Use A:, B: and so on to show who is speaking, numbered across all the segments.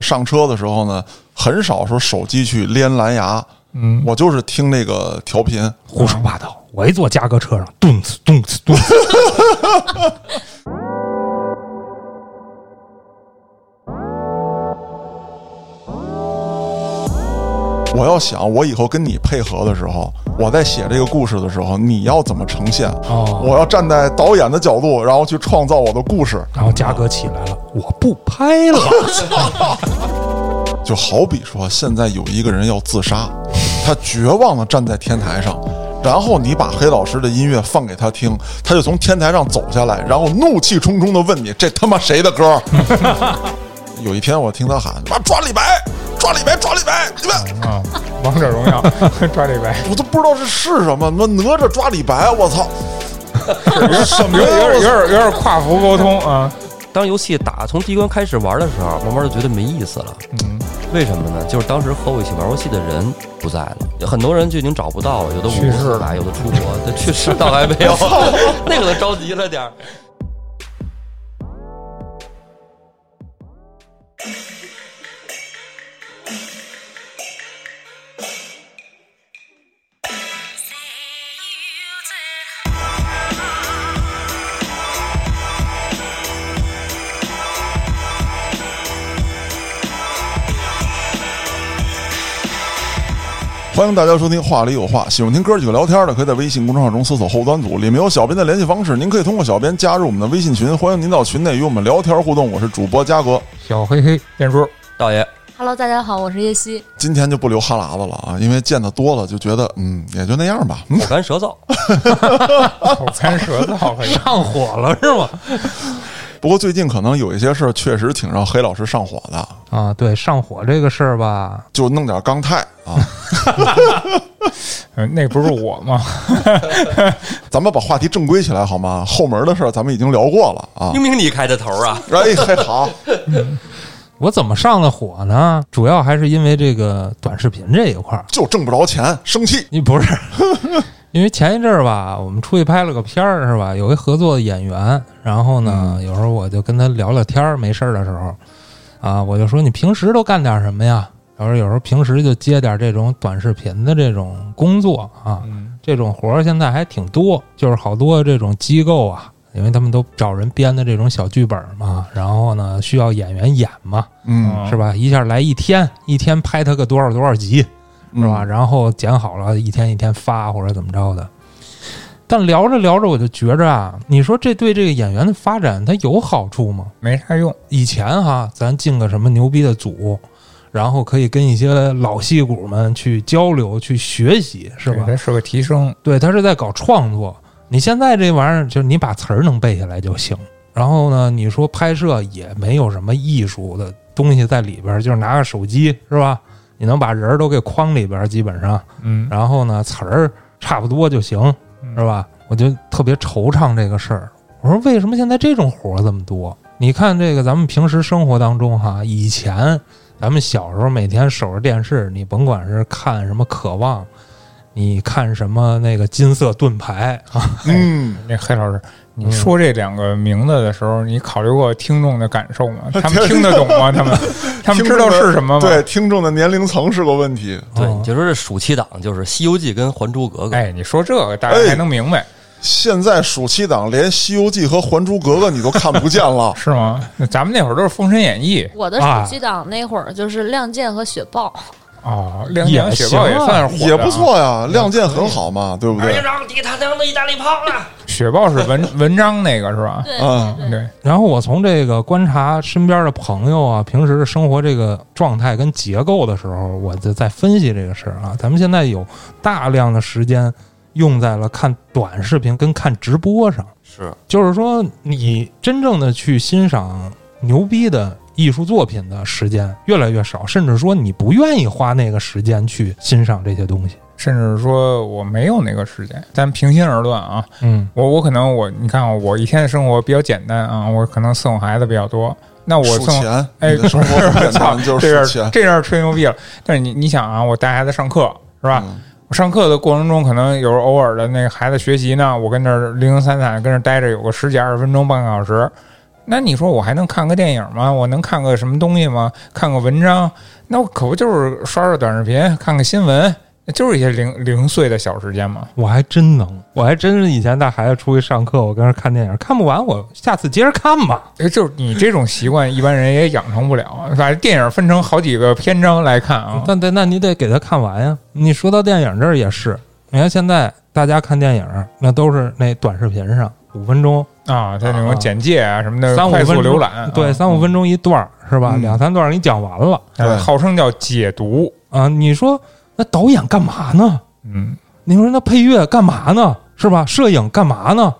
A: 上车的时候呢，很少说手机去连蓝牙，
B: 嗯，
A: 我就是听那个调频。
B: 胡说八道！我一坐嘉哥车上，咚次咚次咚次。
A: 我要想我以后跟你配合的时候，我在写这个故事的时候，你要怎么呈现？
B: 哦，
A: 我要站在导演的角度，然后去创造我的故事。
B: 然后嘉哥起来了，我不拍了。
A: 就好比说，现在有一个人要自杀，他绝望地站在天台上，然后你把黑老师的音乐放给他听，他就从天台上走下来，然后怒气冲冲地问你：“这他妈谁的歌？”有一天我听他喊：“妈抓李白，抓李白，抓李白！”你们
C: 啊，王者荣耀抓李白，
A: 我都不知道这是什么，那哪吒抓李白，我操！什么
C: 有
A: 呀
C: 点有
A: 我
C: 点有
A: 操
C: 点有点跨服沟通啊，
D: 当游戏打从第一关开始玩的时候，慢慢就觉得没意思了。
C: 嗯，
D: 为什么呢？就是当时和我一起玩游戏的人不在了，很多人就已经找不到了，有的五湖
C: 去世
D: 四海，有的出国，这去世倒还没有， 那个都着急了点儿。
A: 欢迎大家收听《话里有话》，喜欢听哥几个聊天的，可以在微信公众号中搜索“后端组”，里面有小编的联系方式，您可以通过小编加入我们的微信群，欢迎您到群内与我们聊天互动。我是主播嘉哥，
C: 小黑黑电叔，
D: 道爷，
E: Hello，大家好，我是叶希。
A: 今天就不流哈喇子了啊，因为见的多了，就觉得嗯，也就那样吧。嗯，
D: 口干舌燥，
C: 口干舌燥，可以
B: 上火了是吗？
A: 不过最近可能有一些事儿确实挺让黑老师上火的，
B: 啊，对，上火这个事儿吧，
A: 就弄点钢泰啊。
C: 嗯那不是我吗？
A: 咱们把话题正规起来好吗？后门的事儿咱们已经聊过了 啊。
D: 明明你开的头啊！
A: 哎嘿，好，
B: 我怎么上了火呢？主要还是因为这个短视频这一块儿。
A: 就挣不着钱，生气。
B: 你不是， 因为前一阵儿吧，我们出去拍了个片儿，是吧？有一合作的演员，然后呢，有时候我就跟他聊聊天儿，没事儿的时候，啊，我就说你平时都干点什么呀？然后有时候平时就接点这种短视频的这种工作啊，
C: 嗯，
B: 这种活儿现在还挺多，就是好多这种机构啊，因为他们都找人编的这种小剧本嘛，然后呢需要演员演嘛，
C: 哦啊
A: 嗯，
B: 是吧？一下来一天，一天拍他个多少多少集，是
A: 嗯
B: 吧？？然后剪好了，一天一天发或者怎么着的。但聊着聊着，我就觉着啊，你说这对这个演员的发展，它有好处吗？
C: 没啥用，
B: 以前哈，咱进个什么牛逼的组，然后可以跟一些老戏骨们去交流、去学习，是吧
C: 对？它是个提升，
B: 对，他是在搞创作。你现在这玩意儿，就是你把词儿能背下来就行。然后呢，你说拍摄也没有什么艺术的东西在里边儿，就是拿个手机是吧？你能把人儿都给框里边儿，基本上。
C: 嗯，
B: 然后呢，词儿差不多就行，是吧？我就特别惆怅这个事儿。我说为什么现在这种活儿这么多？你看这个咱们平时生活当中哈，以前咱们小时候每天守着电视，你甭管是看什么《渴望》，你看什么那个《金色盾牌》啊，
A: 嗯，
C: 那黑老师，你
B: 嗯
C: 说这两个名字的时候，你考虑过听众的感受吗？他们听得懂吗？他们他们知道是什么吗？
A: 对，，听众的年龄层是个问题。
D: 对，
B: 哦
D: 你就说这暑期档就是《西游记》跟《还珠格格》
C: 哎，你说这个大家还能明白，
A: 现在暑期档连《西游记》和《还珠格格》你都看不见了
C: 是吗？那咱们那会儿都是《封神演义
E: 我的暑期档那会儿就是《亮剑》和《雪豹》，》
C: 哦，《亮剑雪豹》
B: 也
C: 也
B: 行啊
C: 算 是火的
A: 也
C: 啊
A: 不。错呀，《亮剑》很好嘛，对不对？
D: 让地他娘的意大利炮啊了！
C: 雪豹是文文章那个是吧？
E: 对
A: 嗯
E: 对对，
C: 对，
B: 然后我从这个观察身边的朋友啊，平时生活这个状态跟结构的时候，我就在分析这个事儿啊。咱们现在有大量的时间用在了看短视频跟看直播上，
D: 是
B: 就是说你真正的去欣赏牛逼的艺术作品的时间越来越少，甚至说你不愿意花那个时间去欣赏这些东西。
C: 甚至说我没有那个时间。咱平心而论啊，
B: 嗯，
C: 我我可能我你看啊我一天的生活比较简单啊，我可能送孩子比较多。那我
A: 数
C: 送
A: 钱，
C: 哎
A: 你的生活很简
C: 操，
A: 单，
C: 这
A: 就是
C: 边
A: 数钱，
C: 这边吹牛逼了。但是你你想啊，我带孩子上课是吧？
A: 嗯
C: 我上课的过程中，可能有时候偶尔的那个孩子学习呢，我跟那儿零零散散跟那儿待着有个十几二十分钟半个小时，那你说我还能看个电影吗？我能看个什么东西吗？看个文章？那我可不就是刷刷短视频，看个新闻，就是一些零零碎的小时间嘛。
B: 我还真能，我还真是以前带孩子出去上课，我跟那看电影，看不完，我下次接着看吧。
C: 呃就是你这种习惯，一般人也养成不了。把电影分成好几个篇章来看啊。
B: 但对，那你得给他看完呀。你说到电影这儿也是，你看现在大家看电影，那都是那短视频上五分钟，
C: 啊，它那
B: 啊
C: 种简介啊什么的，
B: 三五
C: 快
B: 分
C: 速
B: 钟
C: 浏览，啊
B: 对，三五分钟一段儿是吧？
A: 嗯
B: 两三段儿给你讲完了
A: 对
C: 钟，呃号称叫解读，
B: 啊。你说那导演干嘛呢？
C: 嗯，
B: 您说那配乐干嘛呢？是吧？摄影干嘛呢？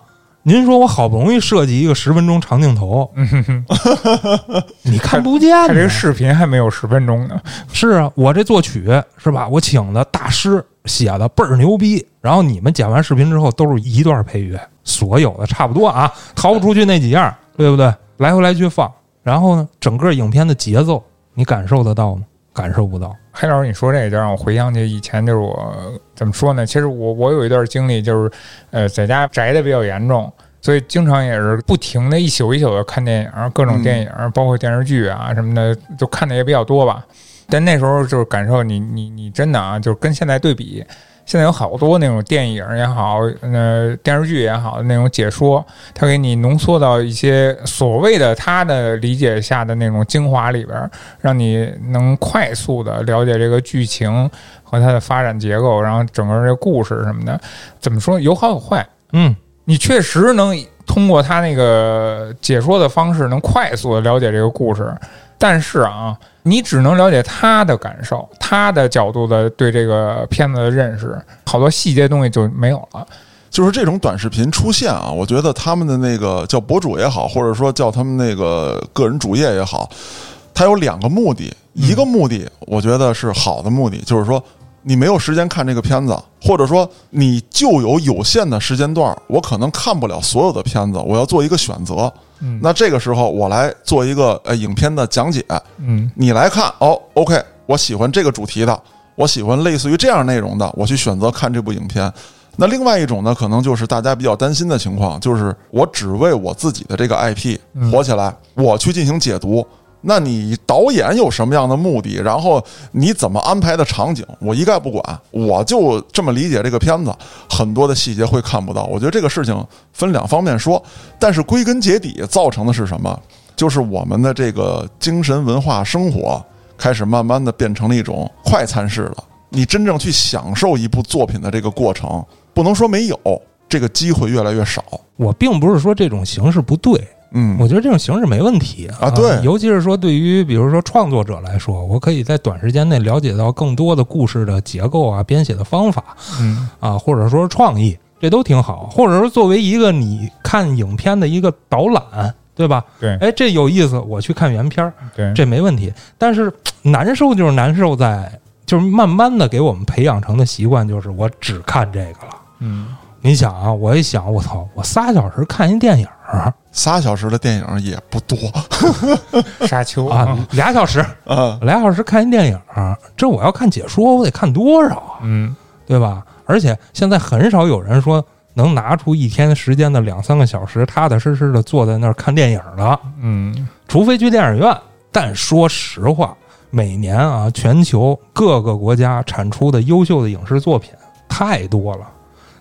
B: 您说我好不容易设计一个十分钟长镜头，
C: 嗯
B: 你看不见
C: 它
B: 呢
C: 这个视频还没有十分钟呢，
B: 是啊，我这作曲是吧？我请的大师写的倍儿牛逼，然后你们剪完视频之后都是一段配乐，所有的差不多啊，逃不出去那几样，对不对？来回来去放，然后呢，整个影片的节奏你感受得到吗？感受不到。
C: 黑老师，你说这个就让我回想起以前，就是我怎么说呢？其实我我有一段经历，就是呃，在家宅的比较严重，所以经常也是不停的一宿一宿的看电影，各种电影，包括电视剧啊什么的，就看的也比较多吧。但那时候就是感受你你你真的啊，就是跟现在对比，现在有好多那种电影也好，呃，电视剧也好，那种解说，它给你浓缩到一些所谓的他的理解下的那种精华里边儿，让你能快速的了解这个剧情和它的发展结构，然后整个这个故事什么的，怎么说有好有坏。
B: 嗯，
C: 你确实能通过他那个解说的方式，能快速的了解这个故事，但是啊，你只能了解他的感受，他的角度的对这个片子的认识，好多细节东西就没有了。
A: 就是这种短视频出现啊，我觉得他们的那个叫博主也好，或者说叫他们那个个人主页也好，它有两个目的，一
C: 嗯
A: 个目的我觉得是好的目的，就是说你没有时间看这个片子，或者说你就有有限的时间段儿，我可能看不了所有的片子，我要做一个选择。
C: 嗯
A: 那这个时候我来做一个呃影片的讲解，
C: 嗯
A: 你来看哦，OK，我喜欢这个主题的，我喜欢类似于这样内容的，我去选择看这部影片。那另外一种呢，可能就是大家比较担心的情况，就是我只为我自己的这个 IP 火起来，我去进行解读。那你导演有什么样的目的？然后你怎么安排的场景，我一概不管，我就这么理解这个片子。很多的细节会看不到，我觉得这个事情分两方面说，但是归根结底造成的是什么？就是我们的这个精神文化生活开始慢慢的变成了一种快餐式的。你真正去享受一部作品的这个过程，不能说没有，这个机会越来越少。
B: 我并不是说这种形式不对，
A: 嗯，
B: 我觉得这种形式没问题
A: 啊对
B: 尤其是说对于比如说创作者来说，我可以在短时间内了解到更多的故事的结构啊、编写的方法
C: 嗯
B: 啊，或者说是创意，这都挺好。或者说作为一个你看影片的一个导览，对吧？
C: 对嗯
B: 哎，这有意思，我去看原片儿，
C: 对，
B: 这没问题。但是难受就是难受在，就是慢慢的给我们培养成的习惯，就是我只看这个了。
C: 嗯
B: 你想啊，我一想，我操，我仨小时看一电影儿
A: 仨小时的电影也不多
C: 沙丘
B: 啊，俩小时，
A: 啊。
B: 俩小时看一电影儿，这我要看解说，我得看多少啊，
C: 嗯
B: 对吧？而且现在很少有人说能拿出一天时间的两三个小时，踏踏实实的坐在那儿看电影的，
C: 嗯
B: 除非去电影院。但说实话，每年啊，全球各个国家产出的优秀的影视作品太多了，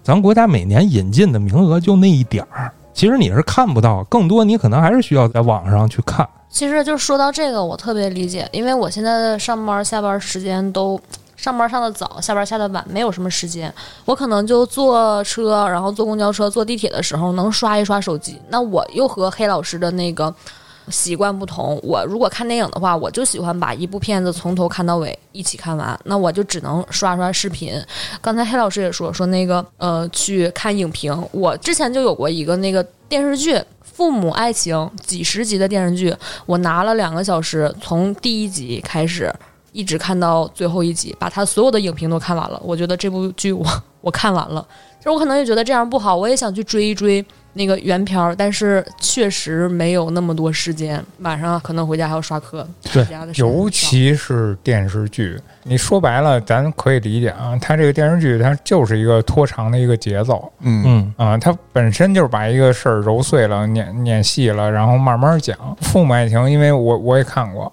B: 咱国家每年引进的名额就那一点儿，其实你是看不到，更多你可能还是需要在网上去看。
E: 其实就说到这个，我特别理解，因为我现在的上班下班时间都。上班上的早，下班下的晚，没有什么时间。我可能就坐车，然后坐公交车、坐地铁的时候能刷一刷手机。那我又和黑老师的那个习惯不同。我如果看电影的话，我就喜欢把一部片子从头看到尾，一起看完。那我就只能刷刷视频。刚才黑老师也说说那个呃，去看影评。我之前就有过一个那个电视剧《父母爱情》几十集的电视剧，我拿了两个小时，从第一集开始一直看到最后一集，把它所有的影评都看完了。我觉得这部剧我我看完了，就是我可能也觉得这样不好，我也想去追一追那个原片儿，但是确实没有那么多时间，晚上可能回家还要刷课，
B: 对
E: 回家的时间很少
C: 尤其是电视剧，你说白了，咱可以理解啊，它这个电视剧它就是一个拖长的一个节奏
A: 嗯
B: 嗯，
C: 啊，它本身就是把一个事儿揉碎了、碾碾细了，然后慢慢讲。父母爱情，因为我我也看过，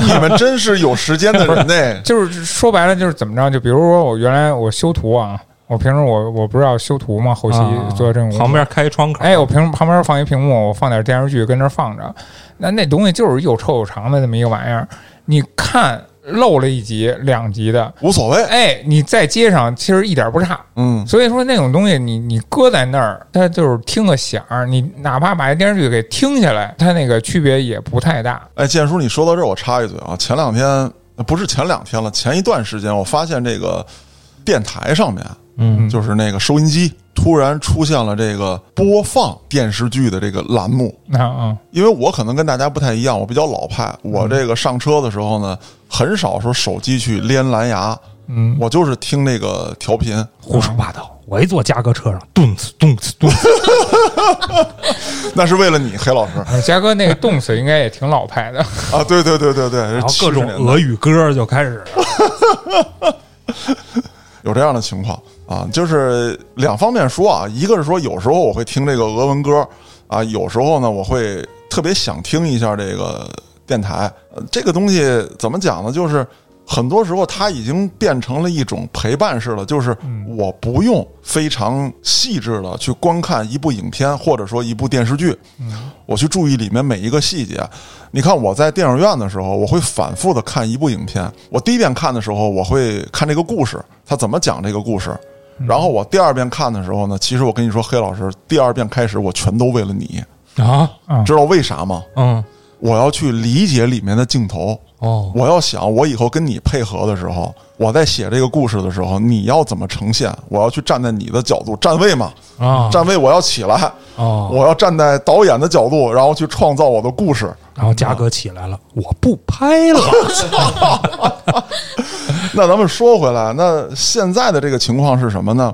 A: 你们真是有时间的人呢。
C: 就是说白了就是怎么着，就比如说我原来我修图啊，我平时我我不是要修图嘛，后期
B: 啊
C: 做这种工作
B: 旁边开窗口，
C: 哎，我平旁边放一屏幕，我放点电视剧跟那儿放着，那那东西就是又臭又长的那么一个玩意儿，你看漏了一集两集的，
A: 无所 谓，
C: 哎，你在街上其实一点不差。
A: 嗯，
C: 所以说那种东西你，你搁在那儿，它就是听个响儿，你哪怕把这电视剧给听下来，它那个区别也不太大。
A: 哎，建叔，你说到这儿，我插一嘴啊，前两天呃不是前两天了，前一段时间我发现这个电台上面，
B: 嗯
A: 就是那个收音机突然出现了这个播放电视剧的这个栏目。
C: 那啊，
A: 因为我可能跟大家不太一样，我比较老派，
B: 嗯
A: 我这个上车的时候呢，很少说手机去连蓝牙，
C: 嗯，
A: 我就是听那个调频。
B: 胡说八道。我一坐嘉哥车上，顿次顿次顿次，
A: 那是为了你，黑老师
C: 啊嘉哥那个动词应该也挺老派的，
A: 啊！对对对对对，
B: 然后
A: 70
B: 各种
A: 年代
B: 俄语歌就开始。
A: 有这样的情况啊，就是两方面说啊，一个是说有时候我会听这个俄文歌啊，有时候呢我会特别想听一下这个电台。呃这个东西怎么讲呢？就是很多时候它已经变成了一种陪伴式了，就是我不用非常细致的去观看一部影片或者说一部电视剧，我去注意里面每一个细节。你看我在电影院的时候，我会反复的看一部影片。我第一遍看的时候，我会看这个故事，他怎么讲这个故事。然后我第二遍看的时候呢，其实我跟你说，黑老师，第二遍开始我全都为了你，
B: 啊，
A: 知道为啥吗？
B: 嗯，
A: 我要去理解里面的镜头，
B: 哦，
A: 我要想我以后跟你配合的时候，我在写这个故事的时候，你要怎么呈现？我要去站在你的角度站位嘛，
B: 啊，
A: 站位我要起来，
B: 哦，
A: 我要站在导演的角度，然后去创造我的故事。
B: 然后嘉哥起来了，我不拍了。
A: 那咱们说回来，那现在的这个情况是什么呢？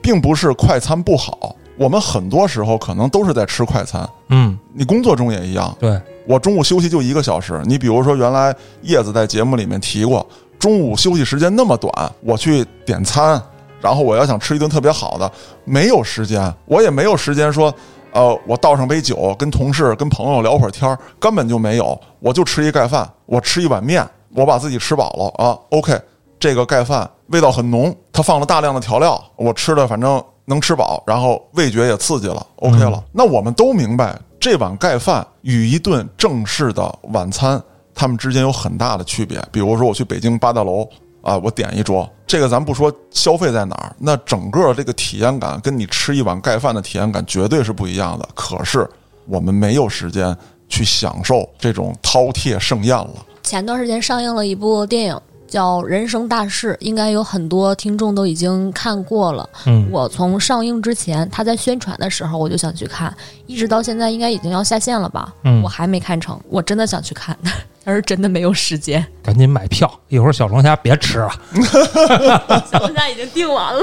A: 并不是快餐不好，我们很多时候可能都是在吃快餐。
B: 嗯，
A: 你工作中也一样，
B: 对，
A: 我中午休息就一个小时。你比如说，原来叶子在节目里面提过，中午休息时间那么短，我去点餐，然后我要想吃一顿特别好的，没有时间，我也没有时间说，呃，我倒上杯酒，跟同事、跟朋友聊会儿天儿，根本就没有。我就吃一盖饭，我吃一碗面，我把自己吃饱了啊。OK，这个盖饭味道很浓，它放了大量的调料，我吃的反正能吃饱，然后味觉也刺激了，OK 了。那我们都明白，这碗盖饭与一顿正式的晚餐，它们之间有很大的区别。比如说，我去北京八大楼。啊，我点一桌，这个咱不说消费在哪儿，那整个这个体验感跟你吃一碗盖饭的体验感绝对是不一样的。可是我们没有时间去享受这种饕餮盛宴了。
E: 前段时间上映了一部电影叫《人生大事》，应该有很多听众都已经看过了。
B: 嗯，
E: 我从上映之前，他在宣传的时候我就想去看，一直到现在应该已经要下线了吧？
B: 嗯
E: 我还没看成，我真的想去看， 但是真的没有时间。
B: 赶紧买票，一会儿小龙虾别吃啊了。
E: 现在已经定完了。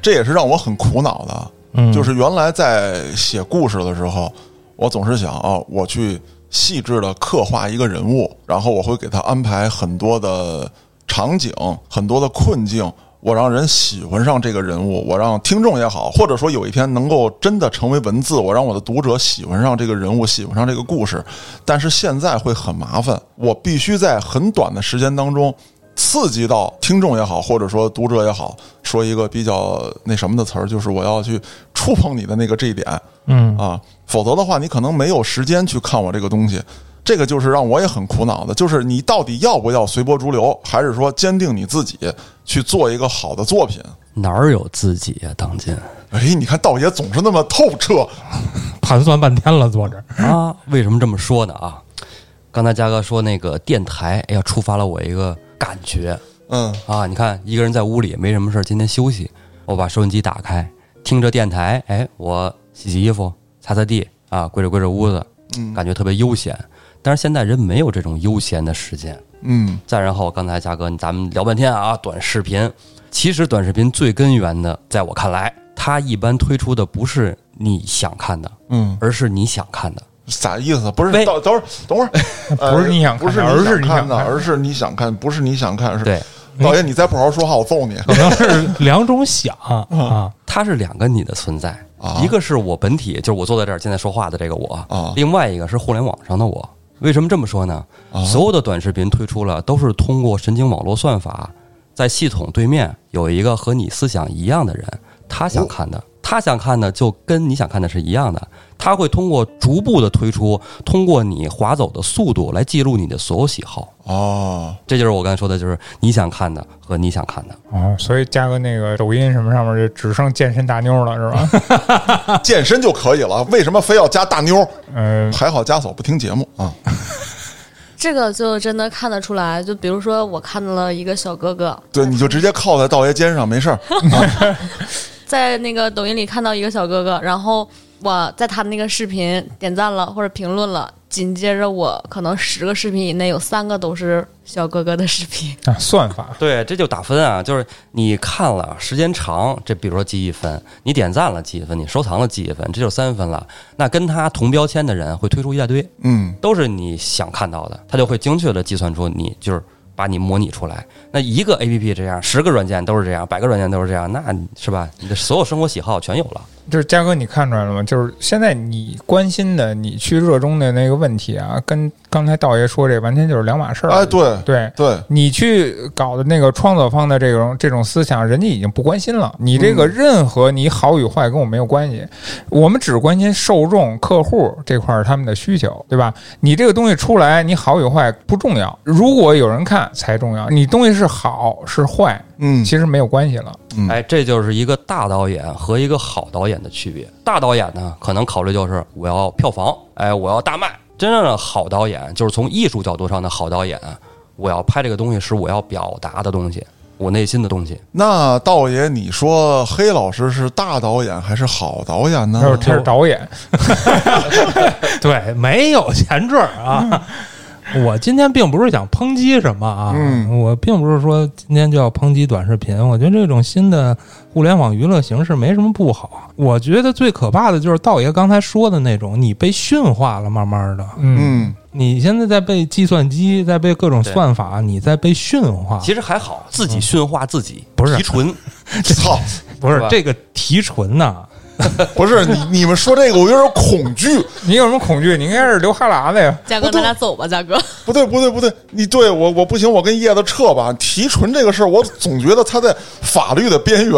A: 这也是让我很苦恼的，
B: 嗯，
A: 就是原来在写故事的时候，我总是想啊，我去细致的刻画一个人物，然后我会给他安排很多的场景，很多的困境。我让人喜欢上这个人物，我让听众也好，或者说有一天能够真的成为文字，我让我的读者喜欢上这个人物，喜欢上这个故事。但是现在会很麻烦，我必须在很短的时间当中刺激到听众也好，或者说读者也好，说一个比较那什么的词儿，就是我要去触碰你的那个这一点
B: 嗯
A: 啊，否则的话，你可能没有时间去看我这个东西。这个就是让我也很苦恼的，就是你到底要不要随波逐流，还是说坚定你自己去做一个好的作品？
D: 哪儿有自己呀、当今
A: 哎，你看道爷总是那么透彻，
B: 盘算半天了，坐这儿。
D: 啊？为什么这么说呢？啊，刚才嘉哥说那个电台，哎呀，触发了我一个感觉
A: 嗯
D: 啊！你看，一个人在屋里没什么事儿，今天休息，我把收音机打开，听着电台，哎，我洗洗衣服，擦擦地啊，归置归置屋子，
A: 嗯
D: 感觉特别悠闲。但是现在人没有这种悠闲的时间，
A: 嗯
D: 再然后，刚才嘉哥，咱们聊半天啊，短视频，其实短视频最根源的，在我看来，它一般推出的不是你想看的，
A: 嗯，
D: 而是你想看的。
A: 啥意思？不是
D: 喂，
A: 等等会儿，等会儿，呃
C: 不是你想看
A: 不是
C: 的而是你
A: 你看
C: 想
A: 的，
C: 看
A: 而是你想看，不是你想看，是
D: 对，
A: 导演，你再不好好说话，我揍你！
B: 可能是两种想啊，
D: 它是两个你的存在
A: 啊，
D: 一个是我本体，就是我坐在这儿现在说话的这个我
A: 啊，
D: 另外一个是互联网上的我。为什么这么说呢？
A: 啊
D: 所有的短视频推出了，都是通过神经网络算法，在系统对面有一个和你思想一样的人，他想看
A: 哦
D: 的，他想看的就跟你想看的是一样的。他会通过逐步的推出，通过你划走的速度来记录你的所有喜好。
A: 哦，
D: 这就是我刚才说的，就是你想看的和你想看的。
C: 哦，所以加个那个抖音什么上面就只剩健身大妞了， 是吧？
A: 健身就可以了，为什么非要加大妞？
C: 嗯，
A: 还好家嫂不听节目啊！
E: 这个就真的看得出来。就比如说，我看到了一个小哥哥
A: 对，你就直接靠在道爷肩上，没事儿。
E: 在那个抖音里看到一个小哥哥，然后我在他那个视频点赞了或者评论了，紧接着我可能十个视频以内有三个都是小哥哥的视频。
C: 啊，算法
D: 对，这就打分啊，就是你看了时间长，这比如说记一分，你点赞了记一分，你收藏了记一分，这就三分了。那跟他同标签的人会推出一大堆，
A: 嗯，
D: 都是你想看到的，他就会精确的计算出你就是把你模拟出来。那一个 A P P 这样，十个软件都是这样，百个软件都是这样，那你是吧？你的所有生活喜好全有了。
C: 就是嘉哥，你看出来了吗？就是现在你关心的、你去热衷的那个问题啊，跟刚才道爷说这完全就是两码事儿。
A: 哎，对
C: 对，
A: 对，
C: 你去搞的那个创作方的这种这种思想，人家已经不关心了。你
A: 嗯
C: 这个任何你好与坏跟我没有关系，我们只关心受众、客户这块儿他们的需求，对吧？你这个东西出来，你好与坏不重要，如果有人看才重要。你东西是好是坏，
A: 嗯
C: 其实没有关系了。
A: 嗯
D: 哎，这就是一个大导演和一个好导演的区别。大导演呢，可能考虑就是我要票房，哎，我要大卖。真正的好导演，就是从艺术角度上的好导演，我要拍这个东西是我要表达的东西，我内心的东西。
A: 那道爷，你说黑老师是大导演还是好导演呢
C: 他？说他是导演，
A: 哦
B: 对，没有前缀儿啊。
D: 嗯
B: 我今天并不是想抨击什么啊，
A: 嗯
B: 我并不是说今天就要抨击短视频。我觉得这种新的互联网娱乐形式没什么不好。我觉得最可怕的就是道爷刚才说的那种，你被驯化了，慢慢的，
C: 嗯，
A: 嗯，
B: 你现在在被计算机，在被各种
D: 对
B: 算法，你在被驯化。
D: 其实还好，自己驯化自己，
B: 嗯不是
D: 提纯。
A: 操，
B: 不是
D: 是吧
B: 这个提纯呐、
A: 不是你你们说这个，我有点恐惧。
C: 你有什么恐惧？你应该是流哈喇子呀。
E: 嘉哥，
A: 不对
E: 咱俩走吧，嘉哥。
A: 不对，不对，不对，你对我我不行，我跟叶子撤吧。提纯这个事儿，我总觉得他在法律的边缘，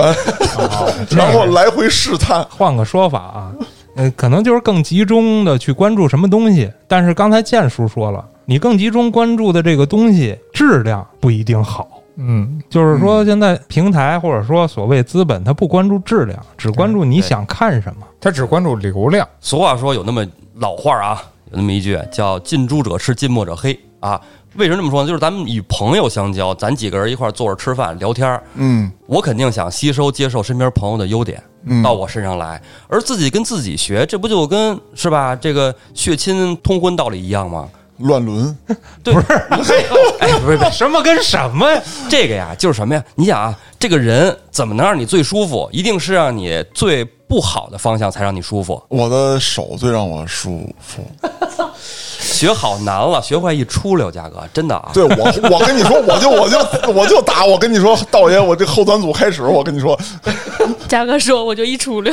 C: 哦
A: 然后来回试探。
B: 换个说法啊，呃，可能就是更集中的去关注什么东西。但是刚才建叔说了，你更集中关注的这个东西质量不一定好。
C: 嗯，
B: 就是说，现在平台或者说所谓资本，它不关注质量，只关注你想看什么。
C: 他只关注流量。
D: 俗话说有那么老话啊，有那么一句叫“近朱者赤，近墨者黑”啊。为什么这么说呢？就是咱们与朋友相交，咱几个人一块儿坐着吃饭聊天儿，
A: 嗯
D: 我肯定想吸收接受身边朋友的优点
A: 嗯
D: 到我身上来，而自己跟自己学，这不就跟是吧这个血亲通婚道理一样吗？
A: 乱伦，
D: 对，不 是，哎，不是，不是
B: 什么跟什么呀？
D: 这个呀，就是什么呀？你想啊，这个人怎么能让你最舒服？一定是让你最不好的方向才让你舒服。
A: 我的手最让我舒服。
D: 学好难了，学坏一出溜，价格真的啊。
A: 对我，我跟你说，我就我就我就打，我跟你说，道爷，我这后端组开始，我跟你说，
E: 嘉哥说，我就一出溜。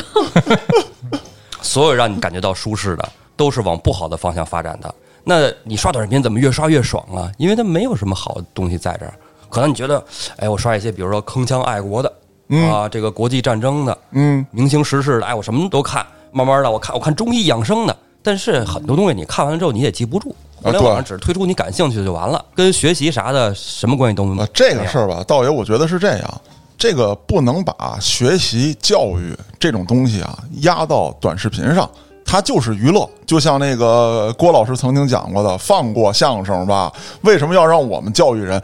D: 所有让你感觉到舒适的，都是往不好的方向发展的。那你刷短视频怎么越刷越爽啊？因为它没有什么好东西在这儿。可能你觉得，哎，我刷一些，比如说铿锵爱国的，啊，这个国际战争的，
A: 嗯，
D: 明星时事的，哎，我什么都看。慢慢的，我看我看中医养生的，但是很多东西你看完了之后你也记不住。互联网上只推出你感兴趣的就完了，跟学习啥的什么关系都没
A: 啊
D: 有。，
A: 这个事儿吧，道爷，我觉得是这样，这个不能把学习、教育这种东西啊压到短视频上，它就是娱乐。就像那个郭老师曾经讲过的，放过相声吧，为什么要让我们教育人？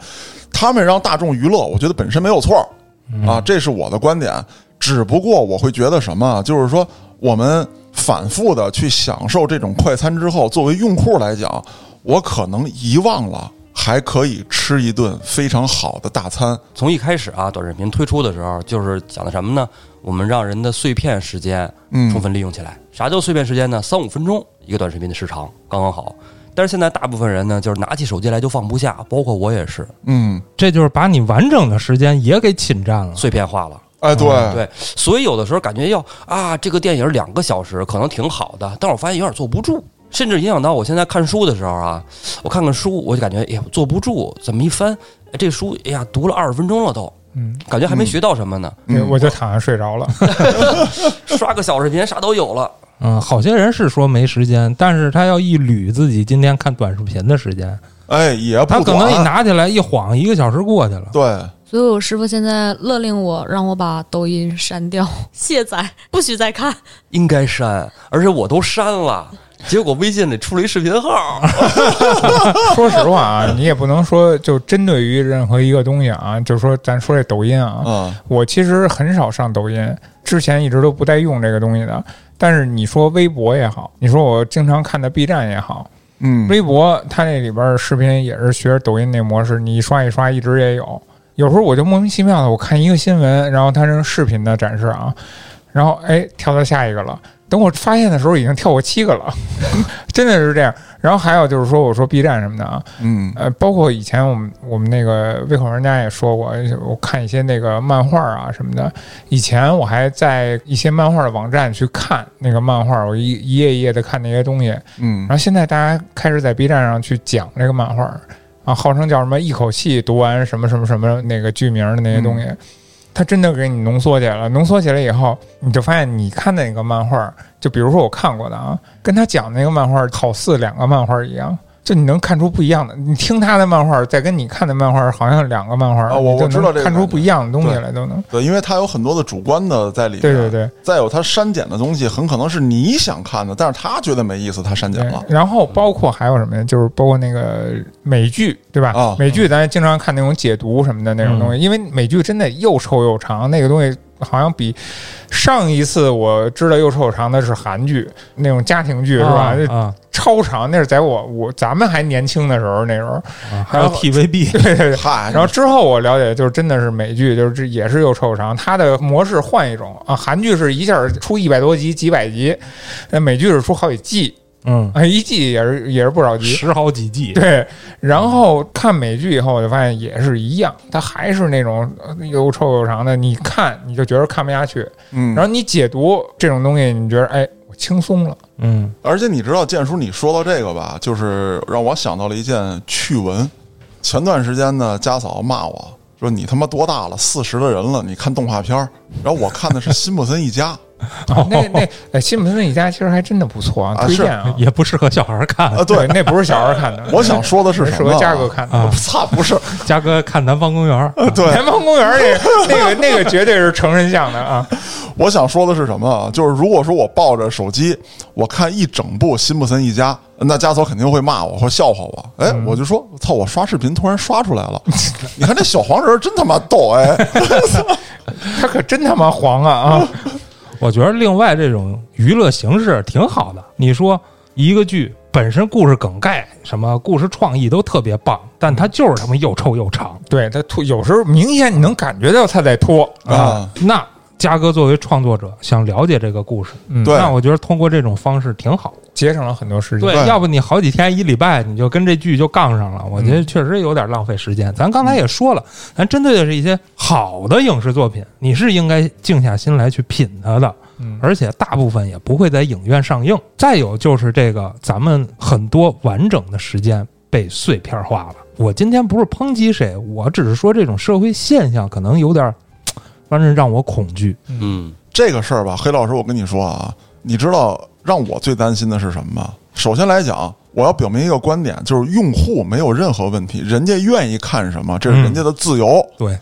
A: 他们让大众娱乐，我觉得本身没有错儿啊，这是我的观点。只不过我会觉得什么啊，就是说我们反复的去享受这种快餐之后，作为用户来讲，我可能遗忘了还可以吃一顿非常好的大餐。
D: 从一开始啊，短视频推出的时候，就是讲的什么呢？我们让人的碎片时间
A: 嗯
D: 充分利用起来。啥叫碎片时间呢？三五分钟一个短视频的时长刚刚好。但是现在大部分人呢，就是拿起手机来就放不下，包括我也是
A: 嗯，
B: 这就是把你完整的时间也给侵占了。
D: 碎片化了。
A: 哎，对
D: 嗯对，所以有的时候感觉要啊，这个电影两个小时可能挺好的，但我发现有点坐不住，甚至影响到我现在看书的时候啊，我看看书我就感觉哎呀坐不住，怎么一翻哎这书哎呀读了二十分钟了都，
C: 嗯，
D: 感觉还没
A: 嗯
D: 学到什么呢，
A: 嗯
C: 我就躺下睡着了。
D: 刷个小视频啥都有了。
B: 嗯，好些人是说没时间，但是他要一捋自己今天看短视频的时间，
A: 哎，也
B: 他
A: 不
B: 可能一
A: 短，
B: 拿起来一晃，一个小时过去了。
A: 对，
E: 所以我师傅现在勒令我让我把抖音删掉、 卸载，不许再看。
D: 应该删，而且我都删了，结果微信里出了一视频号，
C: 说实话 啊，你也不能说就针对于任何一个东西啊，就说咱说这抖音啊，
A: 嗯
C: 我其实很少上抖音，之前一直都不带用这个东西的。但是你说微博也好，你说我经常看的 B 站也好，
A: 嗯，
C: 微博它那里边儿视频也是学抖音那模式，你一刷一刷，一直也有。有时候我就莫名其妙的，我看一个新闻，然后它是视频的展示啊，然后哎跳到下一个了。等我发现的时候，已经跳过七个了， 真的是这样。然后还有就是说，我说 B 站什么的啊，
A: 嗯
C: 呃，包括以前我们我们那个胃口玩家也说过，我看一些那个漫画啊什么的。以前我还在一些漫画的网站去看那个漫画，我一一页一页的看那些东西。
A: 嗯
C: 然后现在大家开始在 B 站上去讲这个漫画儿啊，号称叫什么一口气读完什么什么什么那个剧名的那些东西，
A: 嗯
C: 它真的给你浓缩起来了。浓缩起来以后，你就发现你看那个漫画儿，就比如说我看过的啊，跟他讲那个漫画儿好似两个漫画儿一样。就你能看出不一样的，你听他的漫画儿，再跟你看的漫画儿好像两个漫画儿，
A: 啊我
C: 你就
A: 我知道
C: 能
A: 这个
C: 看出
A: 感觉
C: 不一样的东西
A: 对
C: 来都能。
A: 对，因为它有很多的主观的在里面，
C: 对对对，
A: 再有它删减的东西，很可能是你想看的，但是他觉得没意思，他删减
C: 对
A: 了，，
C: 然后包括还有什么呀？就是包括那个美剧，对吧？
A: 啊
C: 美剧咱经常看那种解读什么的那种东西，因为美剧真的又臭又长，那个东西好像比上一次我知道又臭又长的是韩剧那种家庭剧，是吧？
B: 啊
C: 就
B: 啊
C: 超长，那是在我我咱们还年轻的时候那时候，
B: 啊！还有 TVB，
C: 对对对。
A: 嗨，
C: 然后之后我了解，就是真的是美剧，就是这也是又臭又长，它的模式换一种啊，韩剧是一下出一百多集、几百集，那美剧是出好几季，
B: 嗯，
C: 啊，一季也是也是不少集，
B: 十好几季，
C: 对，然后看美剧以后，我就发现也是一样，它还是那种呃又臭又长的，你看你就觉得看不下去，
A: 嗯，
C: 然后你解读这种东西，你觉得哎，我轻松 了，
B: 嗯
A: 而且你知道，建叔，你说到这个吧，就是让我想到了一件趣闻。前段时间呢，家嫂骂我说：“你他妈多大了？四十的人了，你看动画片儿？”然后我看的是《辛普森一家》
C: 啊、那那哎，辛普森一家其实还真的不错啊，
A: 啊
C: 推
A: 是
C: 荐啊，
B: 也不适合小孩看。
C: 呃
A: 啊，对，
C: 那不是小孩看的，
A: 我想说的是
C: 是
A: 什
C: 适
A: 么
C: 合
A: 呢？
C: 嘉哥看的。
B: 啊
A: 操， 不 是，
B: 嘉哥看《南方公园》啊，
A: 对，
C: 南方公园 那个、那个、那个绝对是成人向的啊！
A: 我想说的是什么啊？就是如果说我抱着手机，我看一整部《辛普森一家》，那家嫂肯定会骂我或笑话我。哎，
C: 嗯
A: 我就说，操，我刷视频突然刷出来了，你看这小黄人儿真他妈逗，哎，
C: 他可真他妈黄啊啊！
B: 我觉得另外这种娱乐形式挺好的。你说一个剧本身故事梗概、什么故事创意都特别棒，但它就是他妈又臭又长。
C: 对他拖，有时候明显你能感觉到他在拖 啊。
A: 啊，
B: 那嘉哥作为创作者，想了解这个故事，
C: 嗯
A: 对
B: 那我觉得通过这种方式挺好。
C: 节省了很多时间。
B: 对，
A: 对
B: 要不你好几天一礼拜你就跟这剧就杠上了，我觉得确实有点浪费时间。咱刚才也说了，咱针对的是一些好的影视作品，你是应该静下心来去品它的，
C: 嗯
B: 而且大部分也不会在影院上映。再有就是这个，咱们很多完整的时间被碎片化了。我今天不是抨击谁，我只是说这种社会现象可能有点儿，反正让我恐惧。
D: 嗯，
A: 这个事儿吧，黑老师，我跟你说啊，你知道让我最担心的是什么吗？首先来讲，我要表明一个观点，就是用户没有任何问题，人家愿意看什么，这是人家的自由。
B: 对，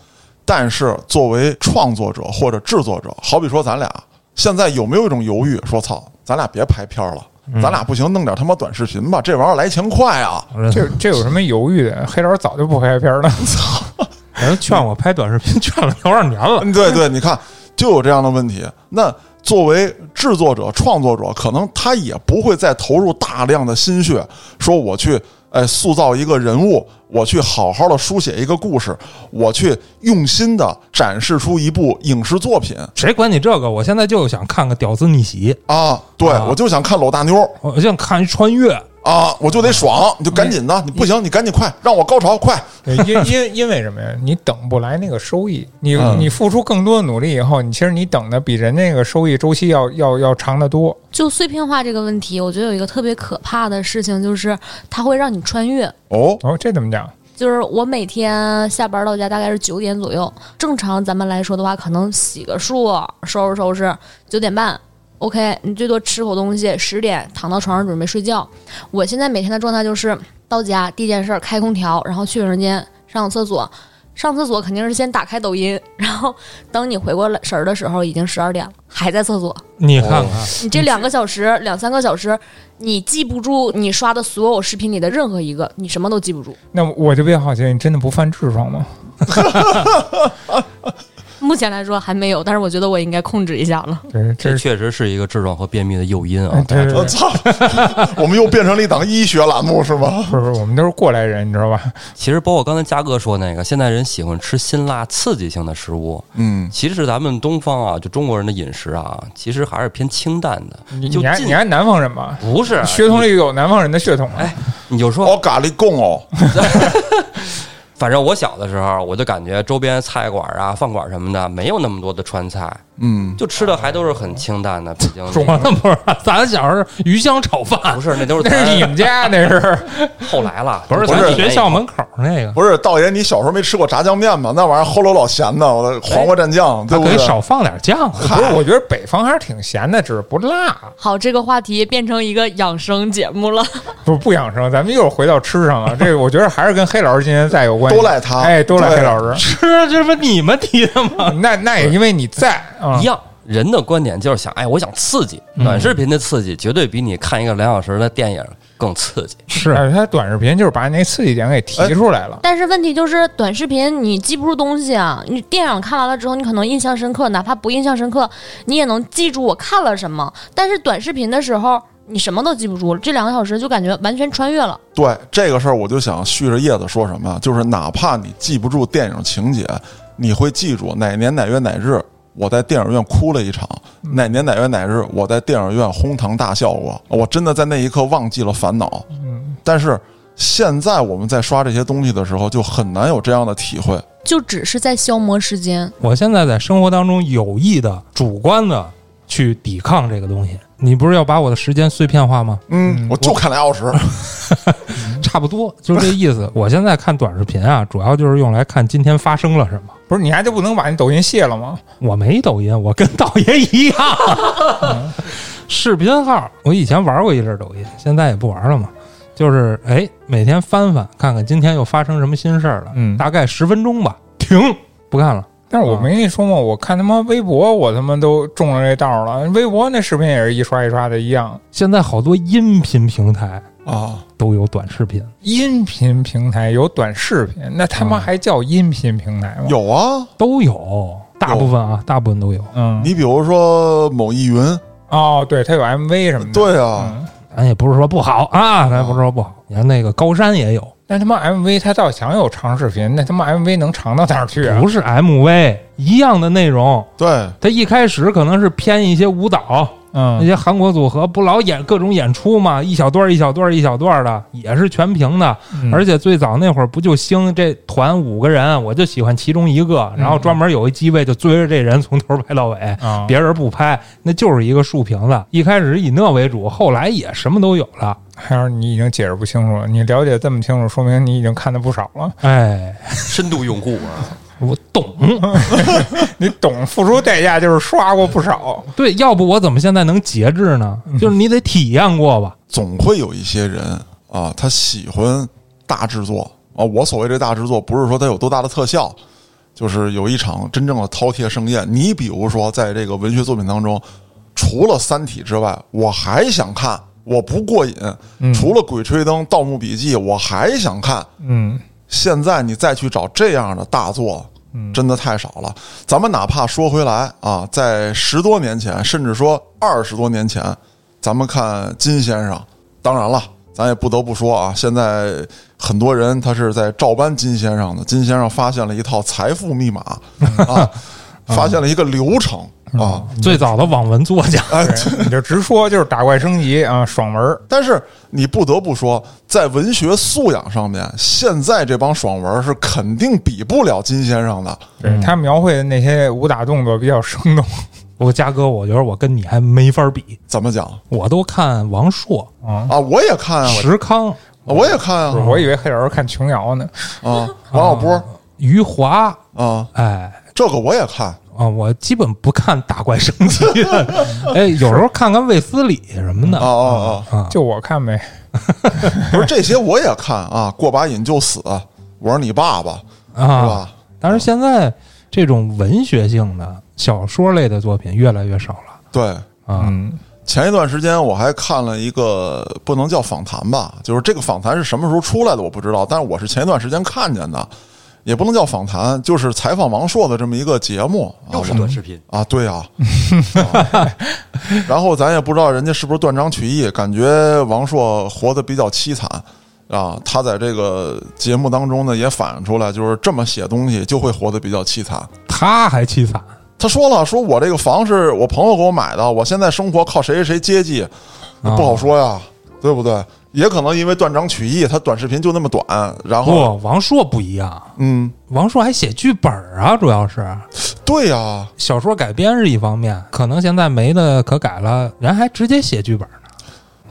A: 但是作为创作者或者制作者，好比说咱俩现在有没有一种犹豫，说操，咱俩别拍片儿了，咱俩不行，弄点他妈短视频吧，这玩意儿来钱快啊！
C: 这这有什么犹豫的？黑老师早就不拍片了。
B: 人劝我拍短视频， 劝了多少年了？
A: 嗯，对对，你看就有这样的问题。那作为制作者、创作者，可能他也不会再投入大量的心血，说我去。哎，塑造一个人物，我去好好的书写一个故事，我去用心的展示出一部影视作品
B: 谁管你这个？我现在就想看个屌丝逆袭，
A: 啊！对
B: 啊
A: 我就想看搂大妞
B: 我想看一穿越。
A: 啊，我就得爽，你就赶紧的，你不行，你赶紧快，让我高潮快！
C: 对，因因因为什么呀？你等不来那个收益，你、
A: 嗯
C: 你付出更多的努力以后，你其实你等的比人那个收益周期要要要长得多。
E: 就碎片化这个问题，我觉得有一个特别可怕的事情，就是它会让你穿越。
A: 哦，
C: 哦，这怎么讲？
E: 就是我每天下班到家大概是九点左右，正常咱们来说的话，可能洗个漱、收拾收拾，九点半，OK，你最多吃口东西，十点躺到床上准备睡觉。我现在每天的状态就是到家第一件事儿开空调，然后去卫生间上个厕所，上厕所肯定是先打开抖音，然后等你回过来神儿的时候已经十二点了，还在厕所。
B: 你看看，
E: 你这两个小时、两三个小时，你记不住你刷的所有视频里的任何一个，你什么都记不住。
C: 那我就比较好奇，你真的不犯痔疮吗？
E: 目前来说还没有，但是我觉得我应该控制一下了。
C: 对，
D: 这
C: 这是
D: 确实是一个痔疮和便秘的诱因
C: 哎
D: 啊。
C: 对对
A: 我
C: 对，
A: 操，我们又变成了一档医学栏目是吗？
C: 不是不是，我们都是过来人，你知道吧？
D: 其实包括刚才嘉哥说那个，现在人喜欢吃辛辣刺激性的食物，
A: 嗯，
D: 其实咱们东方啊，就中国人的饮食啊，其实还是偏清淡的。
C: 你
D: 就
C: 你还
D: 近
C: 你还南方人吧？
D: 不是
C: 血统里有南方人的血统 啊。
D: 你就说
A: 哦，咖喱贡哦，
D: 反正我小的时候，我就感觉周边菜馆啊、饭馆什么的没有那么多的川菜，
A: 嗯，
D: 就吃的还都是很清淡的。北京那
B: 中
D: 个
B: 了不是？咱小时候鱼香炒饭
D: 不， 是，那都是
C: 那是你
D: 咱
C: 们家，那
D: 啊
C: 是
D: 后来了，
B: 不是
A: 不是
B: 咱学校门口那个，
A: 不是，道爷，你小时候没吃过炸酱面吗？那玩意儿齁溜老咸的，我的黄瓜蘸酱，对
B: 他
A: 不
B: 可以
A: 对？
B: 少放点酱。
C: 不是？我觉得北方还是挺咸的，只是不辣，啊
E: 好，这个话题变成一个养生节目了。
C: 不不养生。咱们一会儿回到 吃上了，这个我觉得还是跟黑老师今天在有关系。
A: 都赖他
C: 哎，都赖
A: 对
C: 黑老师。嗯
B: 吃这不你们提的吗？
C: 那那也因为你在 啊
D: 一，样。人的观点就是想，哎，我想刺激，
B: 嗯
D: 短视频的刺激绝对比你看一个两小时的电影更刺激。
B: 是
C: 哎，他短视频就是把那刺激点给提出来
A: 哎
C: 了。
E: 但是问题就是，短视频你记不住东西啊。你电影看完了之后，你可能印象深刻，哪怕不印象深刻，你也能记住我看了什么。但是短视频的时候，你什么都记不住了，这两个小时就感觉完全穿越了。
A: 对这个事儿，我就想续着叶子说什么呀？就是哪怕你记不住电影情节，你会记住哪年哪月哪日我在电影院哭了一场，哪年哪月哪日我在电影院哄堂大笑过。我真的在那一刻忘记了烦恼。但是现在我们在刷这些东西的时候，就很难有这样的体会。嗯
E: 就只是在消磨时间，
B: 我现在在生活当中有意的、主观的去抵抗这个东西。你不是要把我的时间碎片化吗？
A: 嗯，我就看俩小时。
B: 差不多就是这意思。我现在看短视频啊，主要就是用来看今天发生了什么。
C: 不是你还就不能把那抖音卸了吗？
B: 我没抖音，我跟道爷一样。视频号，我以前玩过一阵抖音，现在也不玩了嘛。就是哎，每天翻翻看看今天又发生什么新事儿了，
C: 嗯
B: 大概十分钟吧，停，不看了。
A: 啊
B: 啊
C: 但是我没跟你说嘛，我看他妈微博，我他妈都中了这道了。微博那视频也是一刷一刷的一样，
B: 现在好多音频平台
A: 啊，
B: 都有短视频，
C: 音频平台有短视频，那他妈还叫音频平台吗？，
A: 有啊，
B: 都有，大部分啊，大部分都有。
C: 嗯，
A: 你比如说某易云，
C: 哦，对，它有 MV 什么的，
A: 对啊，
C: 嗯，
B: 咱也不是说不好啊，咱也不是说不好。你看那个高山也有，
C: 那他妈 MV 它倒想有长视频，那他妈 MV 能长到哪儿去啊？
B: 不是 MV 一样的内容，
A: 对，
B: 它一开始可能是偏一些舞蹈，那
C: 嗯，
B: 些韩国组合不老演各种演出嘛，一小段儿一小段儿一小段儿的，也是全屏的。
C: 嗯
B: 而且最早那会儿不就兴这团五个人，我就喜欢其中一个，然后专门有一机位就追着这人从头拍到尾，
C: 啊，
B: 别人不拍，那就是一个竖屏的。一开始以那为主，后来也什么都有了。
C: 还是你已经解释不清楚了。你了解这么清楚，说明你已经看的不少了，
B: 哎，
D: 深度用户啊，
B: 我懂，
C: 你懂，付出代价就是刷过不少。
B: 对，要不我怎么现在能节制呢？就是你得体验过吧。
A: 总会有一些人啊，他喜欢大制作啊。我所谓这大制作，不是说它有多大的特效，就是有一场真正的饕餮盛宴。你比如说，在这个文学作品当中，除了《三体》之外，我还想看，我不过瘾；除了《鬼吹灯》《盗墓笔记》，我还想看。
C: 嗯，
A: 现在你再去找这样的大作，真的太少了。咱们哪怕说回来啊，在十多年前，甚至说二十多年前，咱们看金先生，当然了，咱也不得不说啊，现在很多人他是在照搬金先生的，金先生发现了一套财富密码啊，发现了一个流程啊，
B: 最早的网文作家，
C: 对嗯你就直说，就是打怪升级啊，爽文儿。
A: 但是你不得不说，在文学素养上面，现在这帮爽文是肯定比不了金先生的。
C: 对他描绘的那些武打动作比较生动
B: 我嘉哥，我觉得我跟你还没法比，
A: 怎么讲
B: 我都看王朔、
C: 啊。
A: 啊？我也看啊，
B: 石康、
A: 我我也看啊
C: 我以为黑老师看琼瑶呢，
A: 啊，王小波
B: 余华，
A: 啊，
B: 哎
A: 这个我也看。
B: 啊，我基本不看打怪升级 的，哎，有时候看看卫斯理什么的
A: 哦哦哦，
B: 啊，
C: 就我看呗。
A: 不是这些我也看啊，过把瘾就死，我是你爸爸，是
B: 啊，
A: 吧？
B: 但是现在这种文学性的小说类的作品越来越少了
A: 对，
B: 啊。
C: 嗯，
A: 前一段时间我还看了一个，不能叫访谈吧，就是这个访谈是什么时候出来的我不知道，但是我是前一段时间看见的，也不能叫访谈，就是采访王朔的这么一个节目。啊
D: 又是短视频，
A: 啊，对啊， 啊然后咱也不知道人家是不是断章取义，感觉王朔活得比较凄惨啊。他在这个节目当中呢，也反映出来，就是这么写东西就会活得比较凄惨。
B: 他还凄惨，
A: 他说了，说我这个房是我朋友给我买的，我现在生活靠谁谁谁接济，
B: 啊
A: 不好说呀，对不对？也可能因为断章取义，他短视频就那么短，然
B: 不
A: 后，
B: 王朔不一样，
A: 嗯，
B: 王朔还写剧本啊，主要是
A: 对呀、
B: 小说改编是一方面，可能现在没的可改了，人还直接写剧本呢。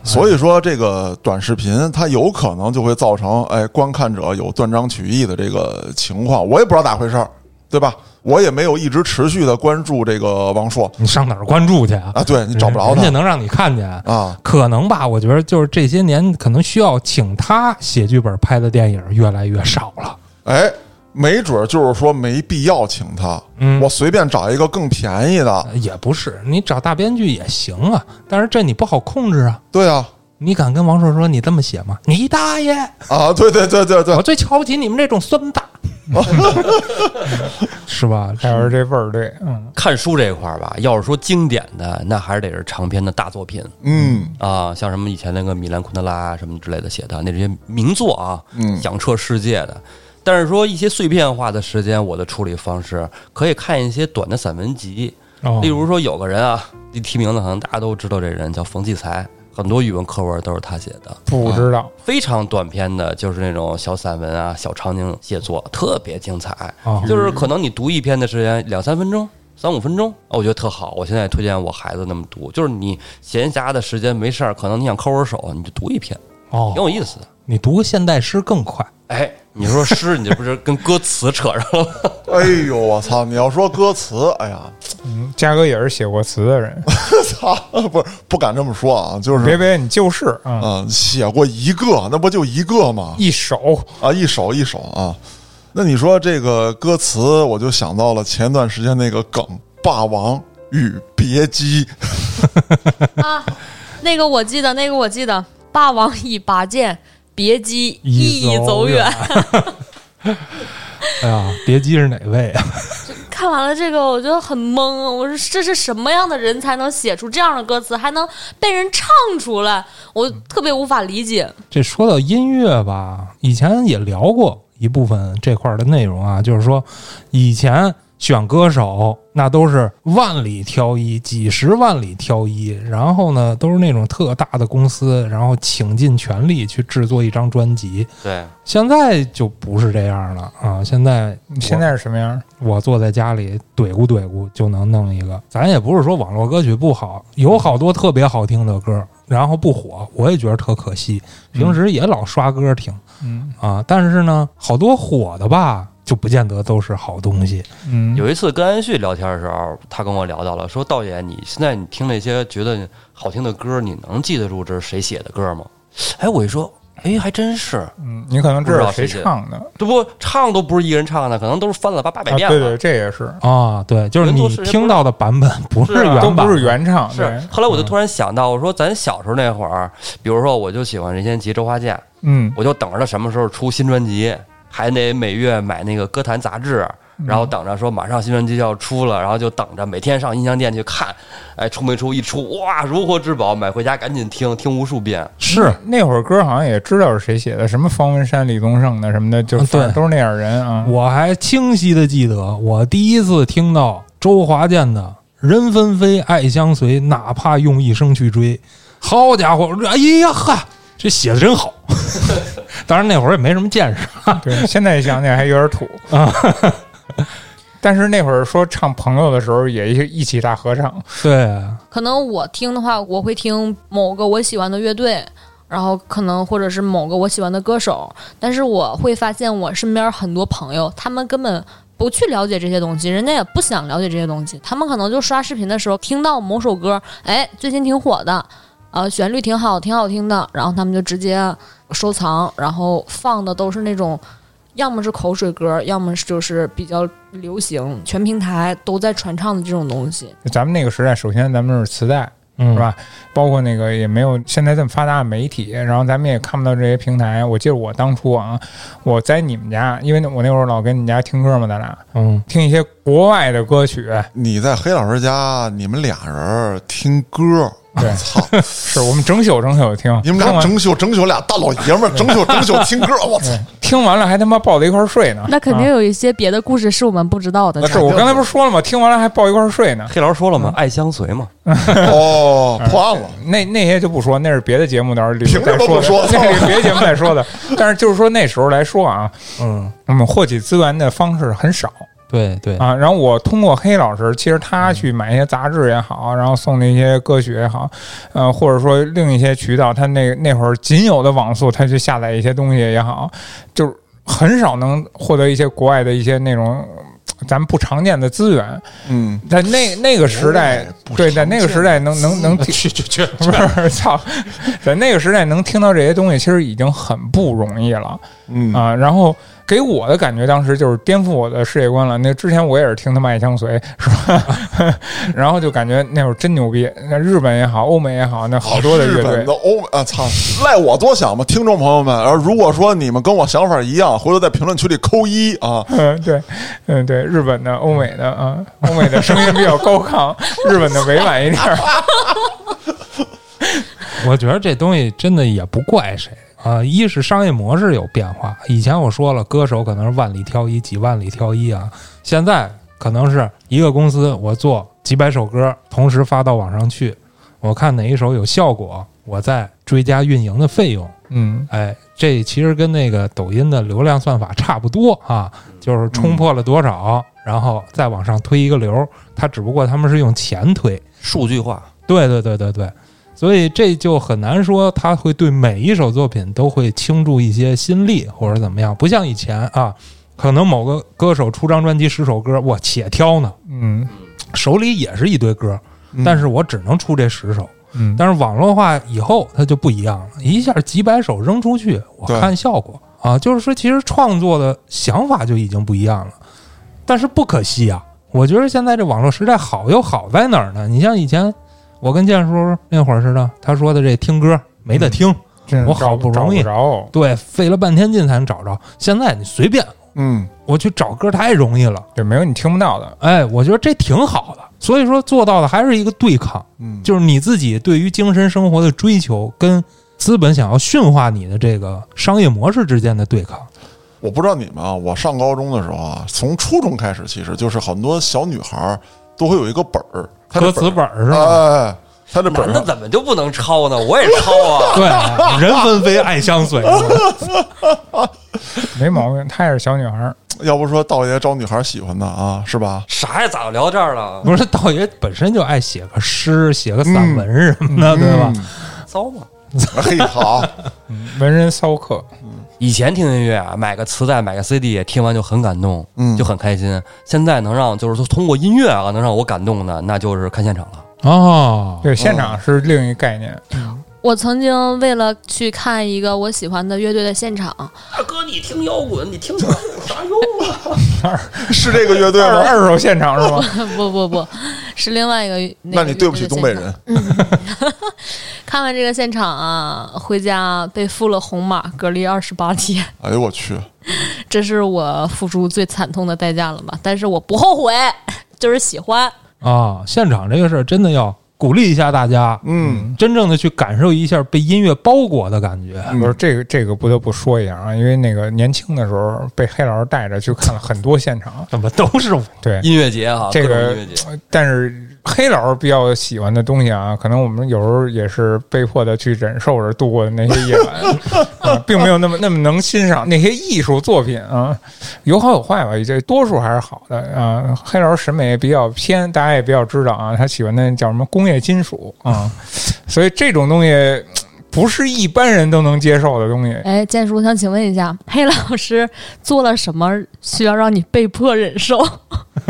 A: 所以说，这个短视频它有可能就会造成，哎，观看者有断章取义的这个情况，我也不知道咋回事儿，对吧？我也没有一直持续的关注这个王朔
B: 你上哪儿关注去啊？
A: 啊，对你找不着
B: 人家
A: 他
B: 能让你看见。
A: 啊，
B: 可能吧，我觉得就是这些年可能需要请他写剧本拍的电影越来越少了。
A: 哎，没准儿就是说没必要请他，
B: 嗯
A: 我随便找一个更便宜的，
B: 呃也不是，你找大编剧也行啊，但是这你不好控制啊。
A: 对啊，
B: 你敢跟王朔说你这么写吗？你大爷！
A: 啊，对对对对对
B: 我，最瞧不起你们这种孙子，是吧？
C: 黑老师这味儿对，嗯，
D: 看书这一块儿吧，要是说经典的，那还是得是长篇的大作品
A: 嗯，
D: 啊，像什么以前那个米兰昆德拉啊什么之类的写的那这些名作啊，
A: 嗯
D: 响彻世界的。但是说一些碎片化的时间，我的处理方式可以看一些短的散文集，
B: 哦
D: 例如说有个人啊，一提名字可能大家都知道这人叫冯骥才，很多语文课文都是他写的，
C: 不知道。
D: 非常短篇的，就是那种小散文啊、小场景写作，特别精彩。
B: 哦
D: 就是可能你读一篇的时间两三分钟、三五分钟，哦我觉得特好。我现在也推荐我孩子那么读，就是你闲暇的时间没事儿，可能你想抠抠手，你就读一篇，
B: 哦
D: 挺，有意思的。
B: 你读个现代诗更快。
D: 哎，你说诗，你这不是跟歌词扯上了吗？
A: 哎呦，我操！你要说歌词，哎呀，
C: 嗯，嘉哥也是写过词的人，
A: 操，不是不敢这么说啊，就是
C: 别别，你就是啊，嗯
A: 啊、写过一个，那不就一个吗？
C: 一手
A: 啊，一首一首啊。那你说这个歌词，我就想到了前段时间那个梗“霸王与别姬
E: 啊，那个我记得，那个我记得，霸王一拔剑，别姬
B: 一
E: 亦
B: 走
E: 走
B: 远
E: 远。
B: 哎呀，别姬是哪位啊？
E: 看完了这个，我觉得很懵，我说这是什么样的人才能写出这样的歌词，还能被人唱出来？我特别无法理解。
B: 这说到音乐吧，以前也聊过一部分这块儿的内容啊，就是说以前选歌手那都是万里挑一，几十万里挑一，然后呢都是那种特大的公司，然后倾尽全力去制作一张专辑。
D: 对，
B: 现在就不是这样了啊！现在
C: 你现在是什么样？
B: 我坐在家里怼咕怼咕就能弄一个。咱也不是说网络歌曲不好，有好多特别好听的歌，然后不火，我也觉得特可惜。
D: 嗯
B: 平时也老刷歌听
C: 嗯
B: 啊，但是呢，好多火的吧，就不见得都是好东西。
C: 嗯，
D: 有一次跟安旭聊天的时候，他跟我聊到了，说道爷，你现在你听那些觉得好听的歌，你能记得住这是谁写的歌吗？哎，我一说，哎，还真是，
C: 嗯，你可能知道谁唱的，
D: 这不唱都不是一人唱的，可能都是翻了八八百
C: 啊，
D: 遍
C: 对
D: 了。
C: 对，这也是，
B: 啊，对，就是
D: 人
B: 你
D: 多是人
B: 听到的版本不是
D: 是啊
C: 都
B: 原版，
C: 不是原唱，对
D: 是，后来我就突然想到，我说咱小时候那会儿，比如说我就喜欢任贤齐、周华健，
C: 嗯，
D: 我就等着他什么时候出新专辑，还得每月买那个歌坛杂志，然后等着说马上新闻就要出了，然后就等着每天上音像店去看，哎，出没出？一出哇，如获至宝，买回家赶紧听，听无数遍。
B: 是
C: 那会儿歌好像也知道是谁写的，什么方文山、李宗盛的什么的，就是
B: 啊对
C: 反正都是那样人啊。
B: 我还清晰的记得，我第一次听到周华健的“人纷飞，爱相随，哪怕用一生去追”。好家伙，我说哎呀呵，这写的真 好。当然那会儿也没什么见识，
C: 对，现在想起来还有点土
B: 啊。
C: 但是那会儿说唱朋友的时候，也一一起大合唱，
B: 对，啊
E: 可能我听的话，我会听某个我喜欢的乐队，然后可能或者是某个我喜欢的歌手，但是我会发现我身边很多朋友，他们根本。不去了解这些东西，人家也不想了解这些东西。他们可能就刷视频的时候听到某首歌，哎，最近挺火的，呃，旋律挺好，挺好听的，然后他们就直接收藏，然后放的都是那种，要么是口水歌，要么是就是比较流行，全平台都在传唱的这种东西。
C: 咱们那个时代，首先咱们是磁带，
B: 嗯
C: 是吧？包括那个也没有现在这么发达的媒体，然后咱们也看不到这些平台。我记得我当初啊，我在你们家，因为我那会儿老跟你们家听歌嘛，咱俩
B: 嗯，
C: 听一些国外的歌曲，
A: 你在黑老师家，你们俩人听歌，
C: 对
A: 我操！
C: 是我们整宿整宿听，
A: 你们
C: 听
A: 俩
C: 完
A: 整宿整宿俩大老爷们儿，整宿整宿听歌，我操！
C: 听完了还他妈抱在一块儿睡呢。
E: 那肯定有一些别的故事是我们不知道的。
A: 那
C: 是我刚才不是说了吗？听完了还抱一块儿睡呢。
D: 黑老师说了嘛，爱相随嘛，
A: 哦，破案了。
C: 那那些就不说，那是别的节目到时候
A: 凭什
C: 再
A: 么不
C: 说
A: 说
C: 的，那是别的节目再说的。但是就是说那时候来说啊，
B: 嗯，
C: 我们获取资源的方式很少
B: 对对，
C: 啊。然后我通过黑老师，其实他去买一些杂志也好，啊然后送那些歌曲也好，呃，或者说另一些渠道，他那那会儿仅有的网速，他去下载一些东西也好，就是很少能获得一些国外的一些那种。咱们不常见的资源，
A: 嗯，
C: 在那那个时
A: 国
C: 代
A: 外哎不，
C: 对，
A: 常
C: 在那个时代能 能能听
B: 去去去，
C: 不是， 操，在那个时代能听到这些东西，其实已经很不容易了
A: 嗯
C: 啊。然后给我的感觉，当时就是颠覆我的世界观了。那之前我也是听他妈爱相随，是吧？ 然后就感觉那会儿真牛逼，那日本也好，欧美也好，那好多的
A: 日
C: 乐
A: 本
C: 队
A: 的。欧啊，操，赖我多想吧，听众朋友们。而如果说你们跟我想法一样，回头在评论区里扣一啊。
C: 嗯， 对，嗯，对，日本的、欧美的啊，欧美的声音比较高亢，日本的委婉一 点儿。
B: 我觉得这东西真的也不怪谁啊，一是商业模式有变化，以前我说了，歌手可能是万里挑一，几万里挑一啊，现在可能是一个公司我做几百首歌，同时发到网上去，我看哪一首有效果，我再追加运营的费用。
C: 嗯，
B: 哎，这其实跟那个抖音的流量算法差不多啊，就是冲破了多少，然后再往上推一个流，它只不过他们是用钱推。
D: 数据化。
B: 对对对对对，所以这就很难说他会对每一首作品都会倾注一些心力或者怎么样，不像以前啊，可能某个歌手出张专辑十首歌，我且挑呢，
C: 嗯，
B: 手里也是一堆歌，
A: 嗯
B: 但是我只能出这十首。
C: 嗯，
B: 但是网络化以后，它就不一样了，一下几百首扔出去，我
A: 对
B: 看效果啊，就是说，其实创作的想法就已经不一样了，但是不可惜啊，我觉得现在这网络时代好又好在哪儿呢？你像以前我跟建叔那会儿似的，他说的这听歌没得听，
C: 真是
B: 我好
C: 找
B: 不容易
C: 找不着，
B: 对，费了半天劲才能找着，现在你随便
A: 嗯，
B: 我去找歌太容易了，
C: 对，没有你听不到的。
B: 哎，我觉得这挺好的，所以说做到的还是一个对抗。
A: 嗯，
B: 就是你自己对于精神生活的追求跟资本想要驯化你的这个商业模式之间的对抗。
A: 我不知道你们啊，我上高中的时候啊，从初中开始，其实就是很多小女孩儿都会有一个本儿，她这
B: 歌词
A: 本
B: 本儿是
A: 儿，
B: 吧？
A: 哎，她这本
D: 男
A: 儿
D: 的
A: 上
D: 怎么就不能抄呢？我也抄啊！
B: 对，人纷飞，爱相随。
C: 没毛病，她也是小女孩儿，
A: 要不说道爷招女孩喜欢的啊，是吧？
D: 啥呀？咋聊这儿了？
B: 不是道爷本身就爱写个诗，写个散文什么的，
A: 嗯
B: 对吧？
D: 糟嘛！
A: 嘿，好，
C: 文人骚客。
D: 以前听音乐啊，买个磁带，买个 CD，听完就很感动，
A: 嗯
D: 就很开心。现在能让就是说通过音乐啊，能让我感动的，那就是看现场了。
B: 哦，
C: 对，现场是另一概念。
E: 我曾经为了去看一个我喜欢的乐队的现场，
D: 大哥，你听摇滚，你听啥啥用啊？
A: 是这个乐队
C: 二
A: 吗？
C: 二手现场是吗？
E: 不不不， 是另外一个。
A: 那你
E: 个
A: 对
E: 乐
A: 不
E: 队
A: 起
E: 的
A: 东
E: 现
A: 北
E: 场
A: 人。
E: 看完这个现场啊，回家被付了红码，隔离二十八天。
A: 哎呦我去，
E: 这是我付出最惨痛的代价了吧？但是我不后悔， 就是喜欢。
B: 啊，现场这个事儿真的要鼓励一下大家，
A: 嗯，
B: 真正的去感受一下被音乐包裹的感觉。
C: 不是这个这个不得不说一下啊，因为那个年轻的时候被黑老师带着去看了很多现场，
B: 怎么都是我
C: 对，
D: 音乐节哈，
C: 哎这个
D: 各种音乐节，
C: 但是黑老师比较喜欢的东西啊，可能我们有时候也是被迫的去忍受着度过的那些夜晚，啊，并没有那么那么能欣赏那些艺术作品啊，有好有坏吧，这多数还是好的啊。黑老师审美也比较偏，大家也比较知道啊，他喜欢那叫什么工业金属啊，所以这种东西。不是一般人都能接受的东西，
E: 哎，建叔，我想请问一下，黑老师做了什么需要让你被迫忍受？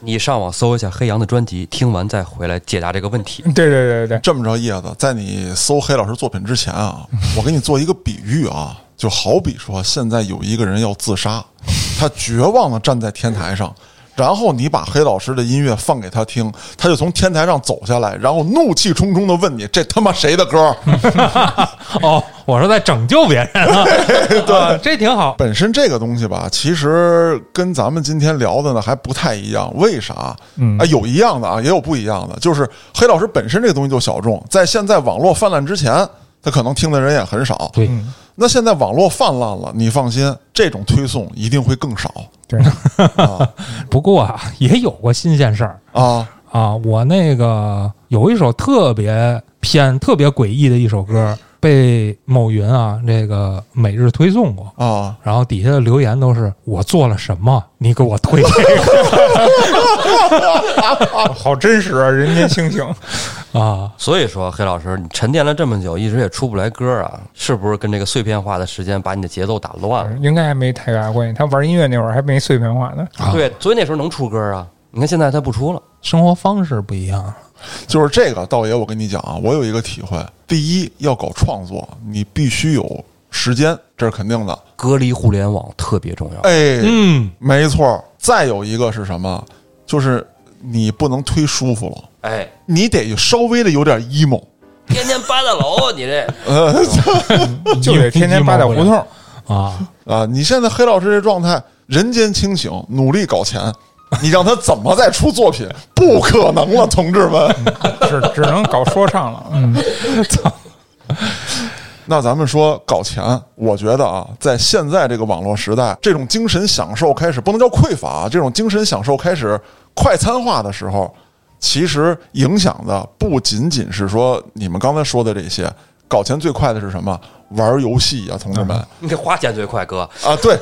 D: 你上网搜一下黑羊的专辑，听完再回来解答这个问 题。
C: 对对对对，
A: 这么着，叶子，在你搜黑老师作品之前啊，我给你做一个比喻啊，就好比说，现在有一个人要自杀，他绝望的站在天台上，然后你把黑老师的音乐放给他听，他就从天台上走下来，然后怒气冲冲的问你：“这他妈谁的歌
B: 哦，我说在拯救别人 啊，对，这挺？”好。
A: 本身这个东西吧，其实跟咱们今天聊的呢还不太一样，为啥？
C: 嗯
A: 啊，有一样的啊，也有不一样的。就是黑老师本身这个东西就小众，在现在网络泛滥之前，他可能听的人也很少。
B: 对，
C: 嗯
A: 那现在网络泛滥了，你放心，这种推送一定会更少
C: 对，
A: 啊
B: 不过啊，也有过新鲜事儿
A: 啊！
B: 啊。我那个有一首特别偏、特别诡异的一首歌，被某云啊这个每日推送过。
A: 啊，
B: 然后底下的留言都是我做了什么，你给我推这
C: 好真实啊，人间清醒。
B: 个啊！
D: 所以说，黑老师，你沉淀了这么久，一直也出不来歌啊，是不是跟这个碎片化的时间把你的节奏打乱了？
C: 应该还没太大关系。他玩音乐那会儿还没碎片化呢。
B: 啊
D: 对，所以那时候能出歌啊。你看现在他不出了，
B: 生活方式不一样了，
A: 就是这个，道爷，我跟你讲啊，我有一个体会：第一，要搞创作，你必须有时间，这是肯定的。
D: 隔离互联网特别重要。
A: 哎，
B: 嗯，
A: 没错。再有一个是什么？就是你不能忒舒服了，
D: 哎，
A: 你得稍微的有点 emo。
D: 天天扒大楼，啊你这
C: 就得天天扒在胡同。
B: 啊，
A: 啊，你现在黑老师这状态，人间清醒，努力搞钱，你让他怎么再出作品？不可能了，同志们。
C: 只只能搞说唱了。嗯，
A: 那咱们说搞钱，我觉得啊，在现在这个网络时代，这种精神享受开始不能叫匮乏啊，这种精神享受开始快餐化的时候，其实影响的不仅仅是说你们刚才说的这些。搞钱最快的是什么？玩游戏啊，同志们
D: 你得花钱最快，哥。
A: 啊，对，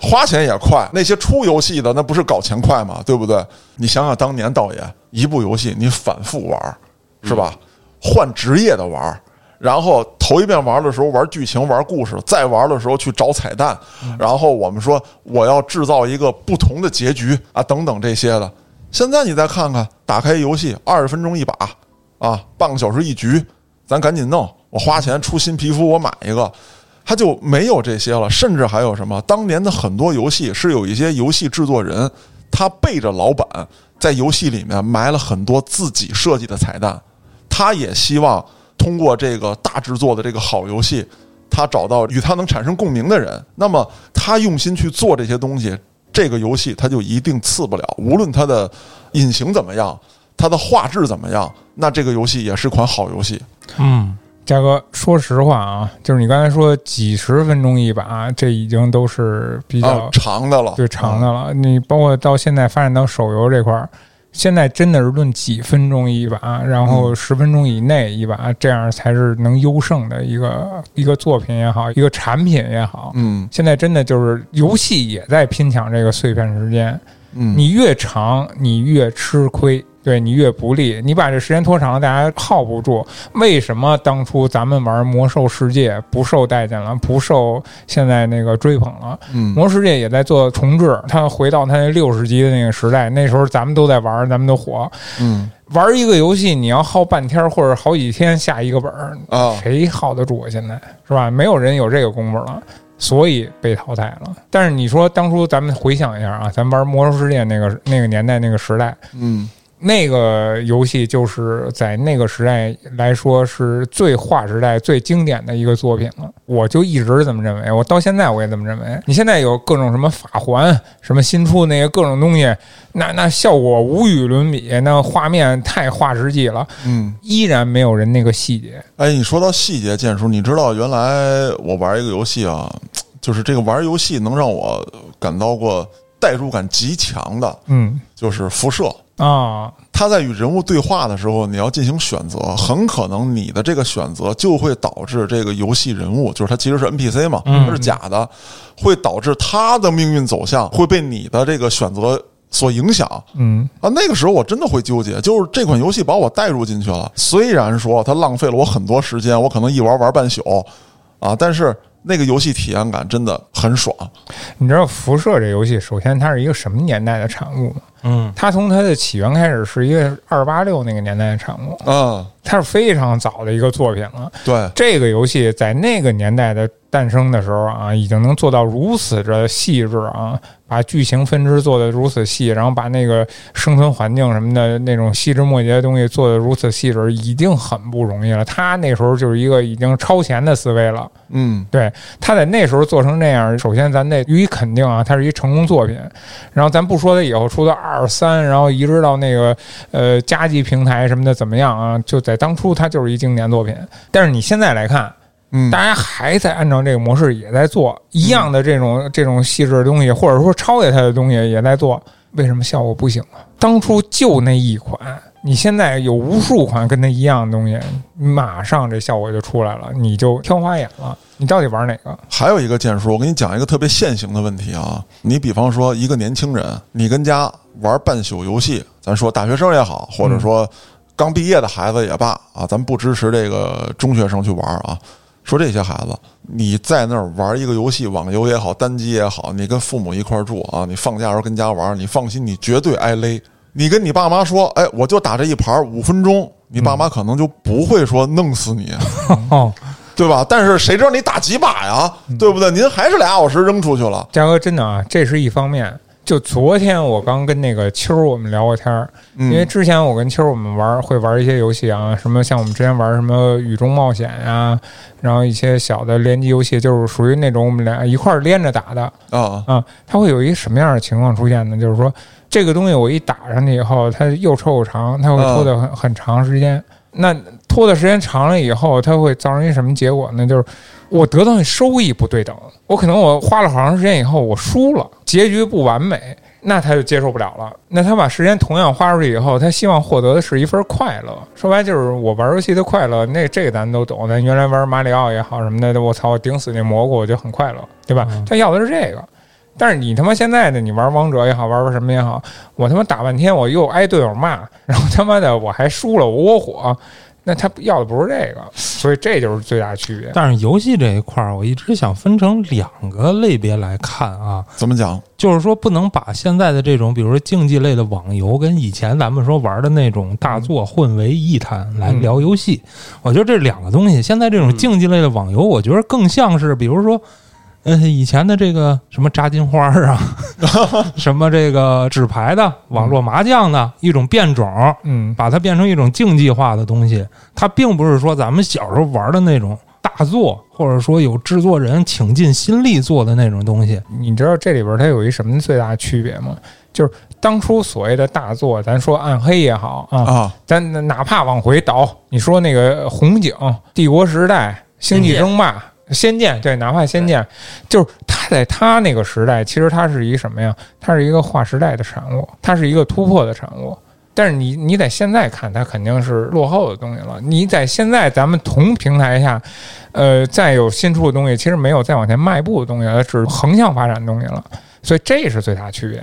A: 花钱也快。那些出游戏的，那不是搞钱快吗？对不对？你想想当年导演一部游戏，你反复玩，是吧？换职业的玩，然后头一遍玩的时候玩剧情、玩故事，再玩的时候去找彩蛋，然后我们说我要制造一个不同的结局啊，等等这些的。现在你再看看，打开游戏二十分钟一把啊，半个小时一局，咱赶紧弄，我花钱出新皮肤，我买一个。它就没有这些了，甚至还有什么？当年的很多游戏是有一些游戏制作人，他背着老板在游戏里面埋了很多自己设计的彩蛋，他也希望通过这个大制作的这个好游戏，他找到与他能产生共鸣的人。那么他用心去做这些东西，这个游戏他就一定次不了，无论它的引擎怎么样，它的画质怎么样，那这个游戏也是款好游戏。
B: 嗯，
C: 嘉哥，说实话啊，就是你刚才说几十分钟一把，这已经都是比
A: 啊
C: 较，
A: 长的了，
C: 最长的了。你包括到现在发展到手游这块儿。现在真的是论几分钟一把，然后十分钟以内一把，这样才是能优胜的一个一个作品也好，一个产品也好。
A: 嗯
C: 现在真的就是游戏也在拼抢这个碎片时间，
A: 嗯，
C: 你越长，你越吃亏，对你越不利。你把这时间拖长了，大家耗不住。为什么当初咱们玩《魔兽世界》不受待见了，不受现在那个追捧了？
A: 嗯
C: 《魔兽世界》也在做重置，它回到它那六十级的那个时代，那时候咱们都在玩，咱们都火。
A: 嗯
C: 玩一个游戏，你要耗半天或者好几天下一个本儿，
A: 啊。
C: 谁耗得住啊？现在是吧？没有人有这个功夫了，所以被淘汰了。但是你说当初咱们回想一下啊，咱玩《魔兽世界》那个那个年代那个时代，
A: 嗯
C: 那个游戏就是在那个时代来说是最划时代、最经典的一个作品了。我就一直这么认为，我到现在我也这么认为。你现在有各种什么法环、什么新出那些各种东西，那那效果无与伦比，那画面太划时际了，
A: 嗯，
C: 依然没有人那个细节。
A: 哎，你说到细节，建叔，你知道原来我玩一个游戏啊，就是这个玩游戏能让我感到过代入感极强的，
C: 嗯
A: 就是辐射。
C: 啊，
A: 他在与人物对话的时候，你要进行选择，很可能你的这个选择就会导致这个游戏人物，就是他其实是 NPC 嘛，他是假的，会导致他的命运走向会被你的这个选择所影响。
C: 嗯
A: 啊，那个时候我真的会纠结，就是这款游戏把我带入进去了。虽然说它浪费了我很多时间，我可能一玩玩半宿，啊，但是那个游戏体验感真的很爽。
C: 你知道《辐射》这游戏，首先它是一个什么年代的产物吗？
B: 嗯，
C: 它从它的起源开始是一个二八六那个年代的产物，
A: 嗯，
C: 它是非常早的一个作品了。
A: 对，
C: 这个游戏在那个年代的诞生的时候啊，已经能做到如此的细致啊，把剧情分支做得如此细，然后把那个生存环境什么的那种细枝末节的东西做得如此细致，已经很不容易了。他那时候就是一个已经超前的思维了。
A: 嗯，
C: 对，他在那时候做成那样，首先咱得予以肯定啊，它是一成功作品。然后咱不说它以后出的二三，然后移植到那个呃家机平台什么的怎么样啊，就在当初它就是一经典作品。但是你现在来看，
A: 嗯，
C: 大家还在按照这个模式也在做一样的这种这种细致的东西，或者说超越它的东西也在做，为什么效果不行啊？当初就那一款。你现在有无数款跟它一样的东西，马上这效果就出来了，你就挑花眼了。你到底玩哪个？
A: 还有一个建叔，我给你讲一个特别现行的问题啊。你比方说，一个年轻人，你跟家玩半宿游戏，咱说大学生也好，或者说刚毕业的孩子也罢啊，咱不支持这个中学生去玩啊。说这些孩子，你在那儿玩一个游戏，网游也好，单机也好，你跟父母一块儿住啊，你放假时候跟家玩，你放心，你绝对挨勒。你跟你爸妈说，哎，我就打这一盘儿五分钟，你爸妈可能就不会说弄死你。
B: 哦，
A: 对吧？但是谁知道你打几把呀，对不对？您还是俩小时扔出去了，
C: 嘉哥，真的啊，这是一方面。就昨天我刚跟那个秋儿我们聊过天儿，
A: 嗯
C: 因为之前我跟秋儿我们玩儿会玩一些游戏啊，什么像我们之前玩什么《雨中冒险》呀，然后一些小的联机游戏，就是属于那种我们俩一块儿连着打的
A: 啊，
C: 啊。它会有一什么样的情况出现呢？就是说这个东西我一打上去以后，它又臭又长，它会拖得很很长时间。那拖的时间长了以后，它会造成一什么结果呢？就是我得到的收益不对等，我可能我花了好长时间以后，我输了，结局不完美，那他就接受不了了。那他把时间同样花出去以后，他希望获得的是一份快乐。说白了就是我玩游戏的快乐，那这个咱都懂。咱原来玩马里奥也好什么的，我操，我顶死那蘑菇我就很快乐，对吧？他要的是这个。但是你他妈现在的你玩王者也好，玩玩什么也好，我他妈打半天，我又挨队友骂， 然后他妈的我还输了，我窝火，那他要的不是这个，所以这就是最大区别。
B: 但是游戏这一块儿，我一直想分成两个类别来看啊，
A: 怎么讲？
B: 就是说不能把现在的这种，比如说竞技类的网游，跟以前咱们说玩的那种大作混为一谈来聊游戏。我觉得这两个东西，现在这种竞技类的网游，我觉得更像是，比如说。嗯，以前的这个什么扎金花儿啊，什么这个纸牌的、网络麻将的一种变种，
C: 嗯
B: 把它变成一种竞技化的东西，它并不是说咱们小时候玩的那种大作，或者说有制作人倾尽心力做的那种东西。
C: 你知道这里边它有一什么最大的区别吗？就是当初所谓的大作，咱说《暗黑》也好啊，
A: 啊，
C: 咱哪怕往回倒，你说那个《红警》《帝国时代》《星际争霸》《仙剑》，对，哪怕《仙剑》，就是它在它那个时代，其实它是一什么呀？它是一个划时代的产物，它是一个突破的产物。但是你你在现在看，它肯定是落后的东西了。你在现在咱们同平台下，呃，再有新出的东西，其实没有再往前迈步的东西了，它只是横向发展的东西了。所以这是最大区别。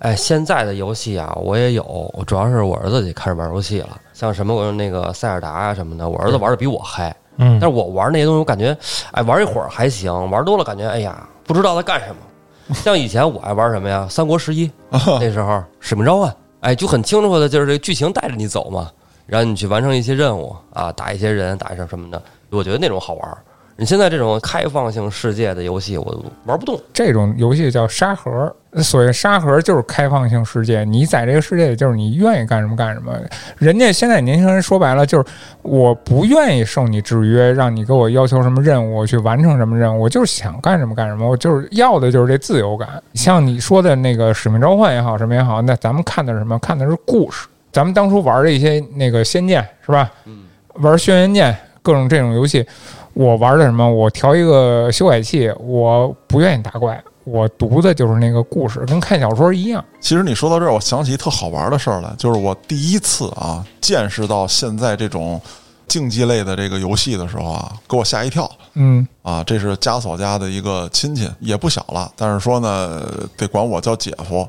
D: 哎，现在的游戏啊，我也有，主要是我儿子也开始玩游戏了，像什么那个塞尔达啊什么的，我儿子玩的比我嗨。
B: 嗯
D: 但是我玩那些东西，我感觉，哎，玩一会儿还行，玩多了感觉，哎呀，不知道在干什么。像以前我爱玩什么呀，《三国十一》那时候《使命召唤》，哎，就很清楚的，就是这剧情带着你走嘛，然后你去完成一些任务啊，打一些人，打一些什么的，我觉得那种好玩。你现在这种开放性世界的游戏，我玩不动。
C: 这种游戏叫沙盒，所谓沙盒就是开放性世界，你在这个世界里就是你愿意干什么干什么。人家现在年轻人说白了就是我不愿意受你制约，让你给我要求什么任务，我去完成什么任务，我就是想干什么干什么，我就是要的就是这自由感。像你说的那个《使命召唤》也好，什么也好，那咱们看的是什么？看的是故事。咱们当初玩的一些那个《仙剑》是吧？
D: 嗯，
C: 玩《轩辕剑》各种这种游戏，我玩的什么？我调一个修改器，我不愿意打怪，我读的就是那个故事，跟看小说一样。
A: 其实你说到这儿，我想起一特好玩的事儿来，就是我第一次啊见识到现在这种竞技类的这个游戏的时候啊，给我吓一跳
C: 嗯，
A: 啊！这是家嫂家的一个亲戚，也不小了，但是说呢，得管我叫姐夫。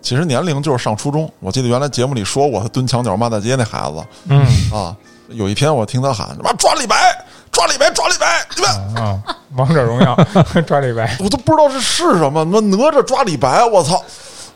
A: 其实年龄就是上初中，我记得原来节目里说过，他蹲墙角骂大街那孩子
B: 嗯，
A: 啊。有一天我听他喊：“妈抓李白，抓李白，抓李白！”你们
C: 啊，王者荣耀 抓李白，
A: 我都不知道这是什么，妈哪吒抓李白，我操！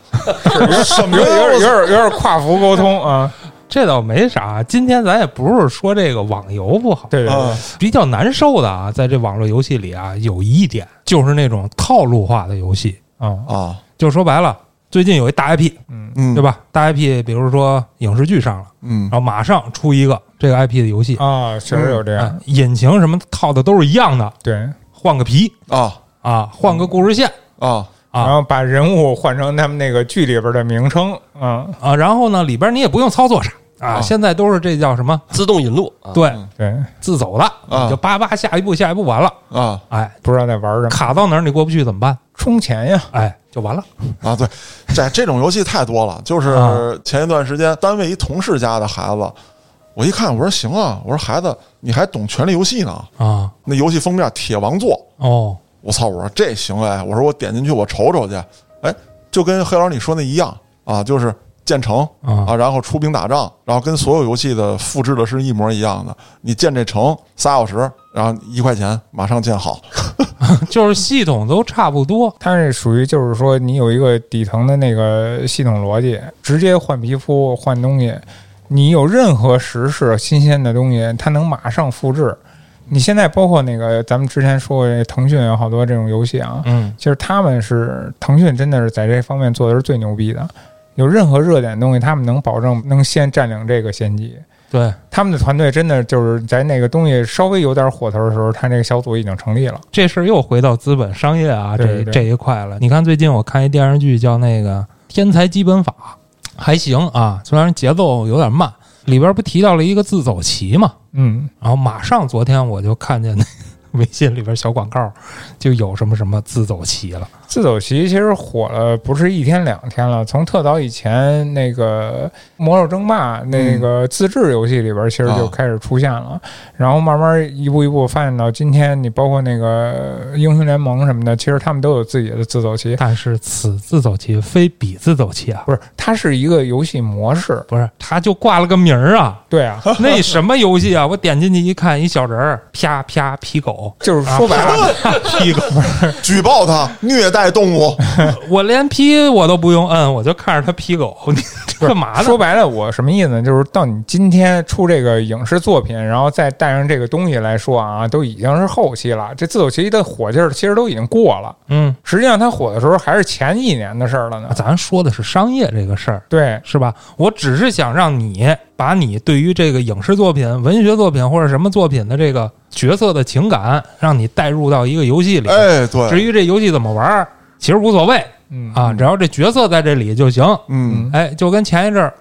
A: 什么
C: 有
A: 呀
C: 点有
A: 我操
C: 点有点有点跨服沟通啊。
B: 这倒没啥。今天咱也不是说这个网游不好，
C: 对对对
A: 啊，
B: 比较难受的啊，在这网络游戏里啊，有一点就是那种套路化的游戏，
C: 啊，
A: 啊！
B: 就说白了，最近有一大 IP，
A: 嗯，
B: 对？吧？大 IP，比如说影视剧上了，
A: 嗯
B: 然，后马上出一个这个 IP 的游戏，
C: 啊，确实有这样
B: 哎。引擎什么套的都是一样的，
C: 对，
B: 换个皮
A: 啊
B: 啊，换个故事线
A: 啊，
B: 啊
C: 然后把人物换成他们那个剧里边的名称，嗯，
B: 啊，然后呢，里边你也不用操作啥啊，
A: 啊
B: 现在都是这叫什么？
D: 自动引路啊，
B: 对，
C: 对，
B: 自走的，
A: 啊
B: 你就叭叭下一步下一步完了，
A: 啊
B: 哎，
C: 不知道在玩什么，
B: 卡到哪儿你过不去怎么办？
C: 充钱呀，
B: 哎，就完了。
A: 啊！对，这这种游戏太多了。 就是
B: 啊
A: 前一段时间，单位一同事家的孩子，我一看，我说行啊，我说孩子，你还懂权力游戏呢？
B: 啊，
A: 那游戏封面铁王座，
B: 哦，
A: 我操！我说这行哎，我说我点进去我瞅瞅去，哎，就跟黑老师你说那一样啊，就是建成
B: 啊
A: 啊，然后出兵打仗，然后跟所有游戏的复制的是一模一样的。你建这城仨小时，然后一块钱马上建 好，
B: 就是系统都差不多，
C: 它是属于就是说你有一个底层的那个系统逻辑，直接换皮肤换东西，你有任何时事新鲜的东西，它能马上复制。你现在包括那个咱们之前说过，这腾讯有好多这种游戏啊，
B: 嗯
C: 其实他们是腾讯真的是在这方面做的是最牛逼的，有任何热点东西，他们能保证能先占领这个先机。
B: 对，
C: 他们的团队真的就是在那个东西稍微有点火头的时候，他那个小组已经成立了。
B: 这事儿又回到资本商业啊
C: 对
B: 这
C: 对对
B: 这一块了。你看最近我看一电视剧叫那个《天才基本法》，还行啊，虽然节奏有点慢，里边不提到了一个自走棋嘛，
C: 嗯，
B: 然后马上昨天我就看见那 微信里边小广告就有什么什么自走棋了，
C: 自走棋其实火了不是一天两天了，从特早以前那个《魔兽争霸》那个自制游戏里边，其实就开始出现了。然后慢慢一步一步发展到今天，你包括那个英雄联盟什么的，其实他们都有自己的自走棋。
B: 但是此自走棋非彼自走棋啊，
C: 不是，它是一个游戏模式。，
B: 不是，他就挂了个名儿啊
C: 对啊，
B: 那什么游戏啊？我点进去一看，一小人儿啪啪劈狗，
C: 就是说白了，
B: 劈狗。
A: 举报他虐待动物。
B: 我连 P 我都不用摁，我就看着他 P 狗， 你
C: 不
B: 这
C: 是
B: 干嘛呢？
C: 说白了，我什么意思呢？就是到你今天出这个影视作品，然后再带上这个东西来说啊，都已经是后期了。这自走棋的火劲儿其实都已经过了。
B: 嗯，啊
C: 实际上，它火的时候还是前一年的事儿了呢。
B: 咱说的是商业这个事儿，
C: 对，
B: 是吧？我只是想让你把你对于这个影视作品、文学作品或者什么作品的这个角色的情感，让你带入到一个游戏 里。
A: 哎，
B: 至
A: 对，
B: 于这游戏怎么玩儿，其实无所谓
C: 嗯
B: 啊，只要这角色在这里就行。
A: 嗯
B: 哎，就跟前一阵儿，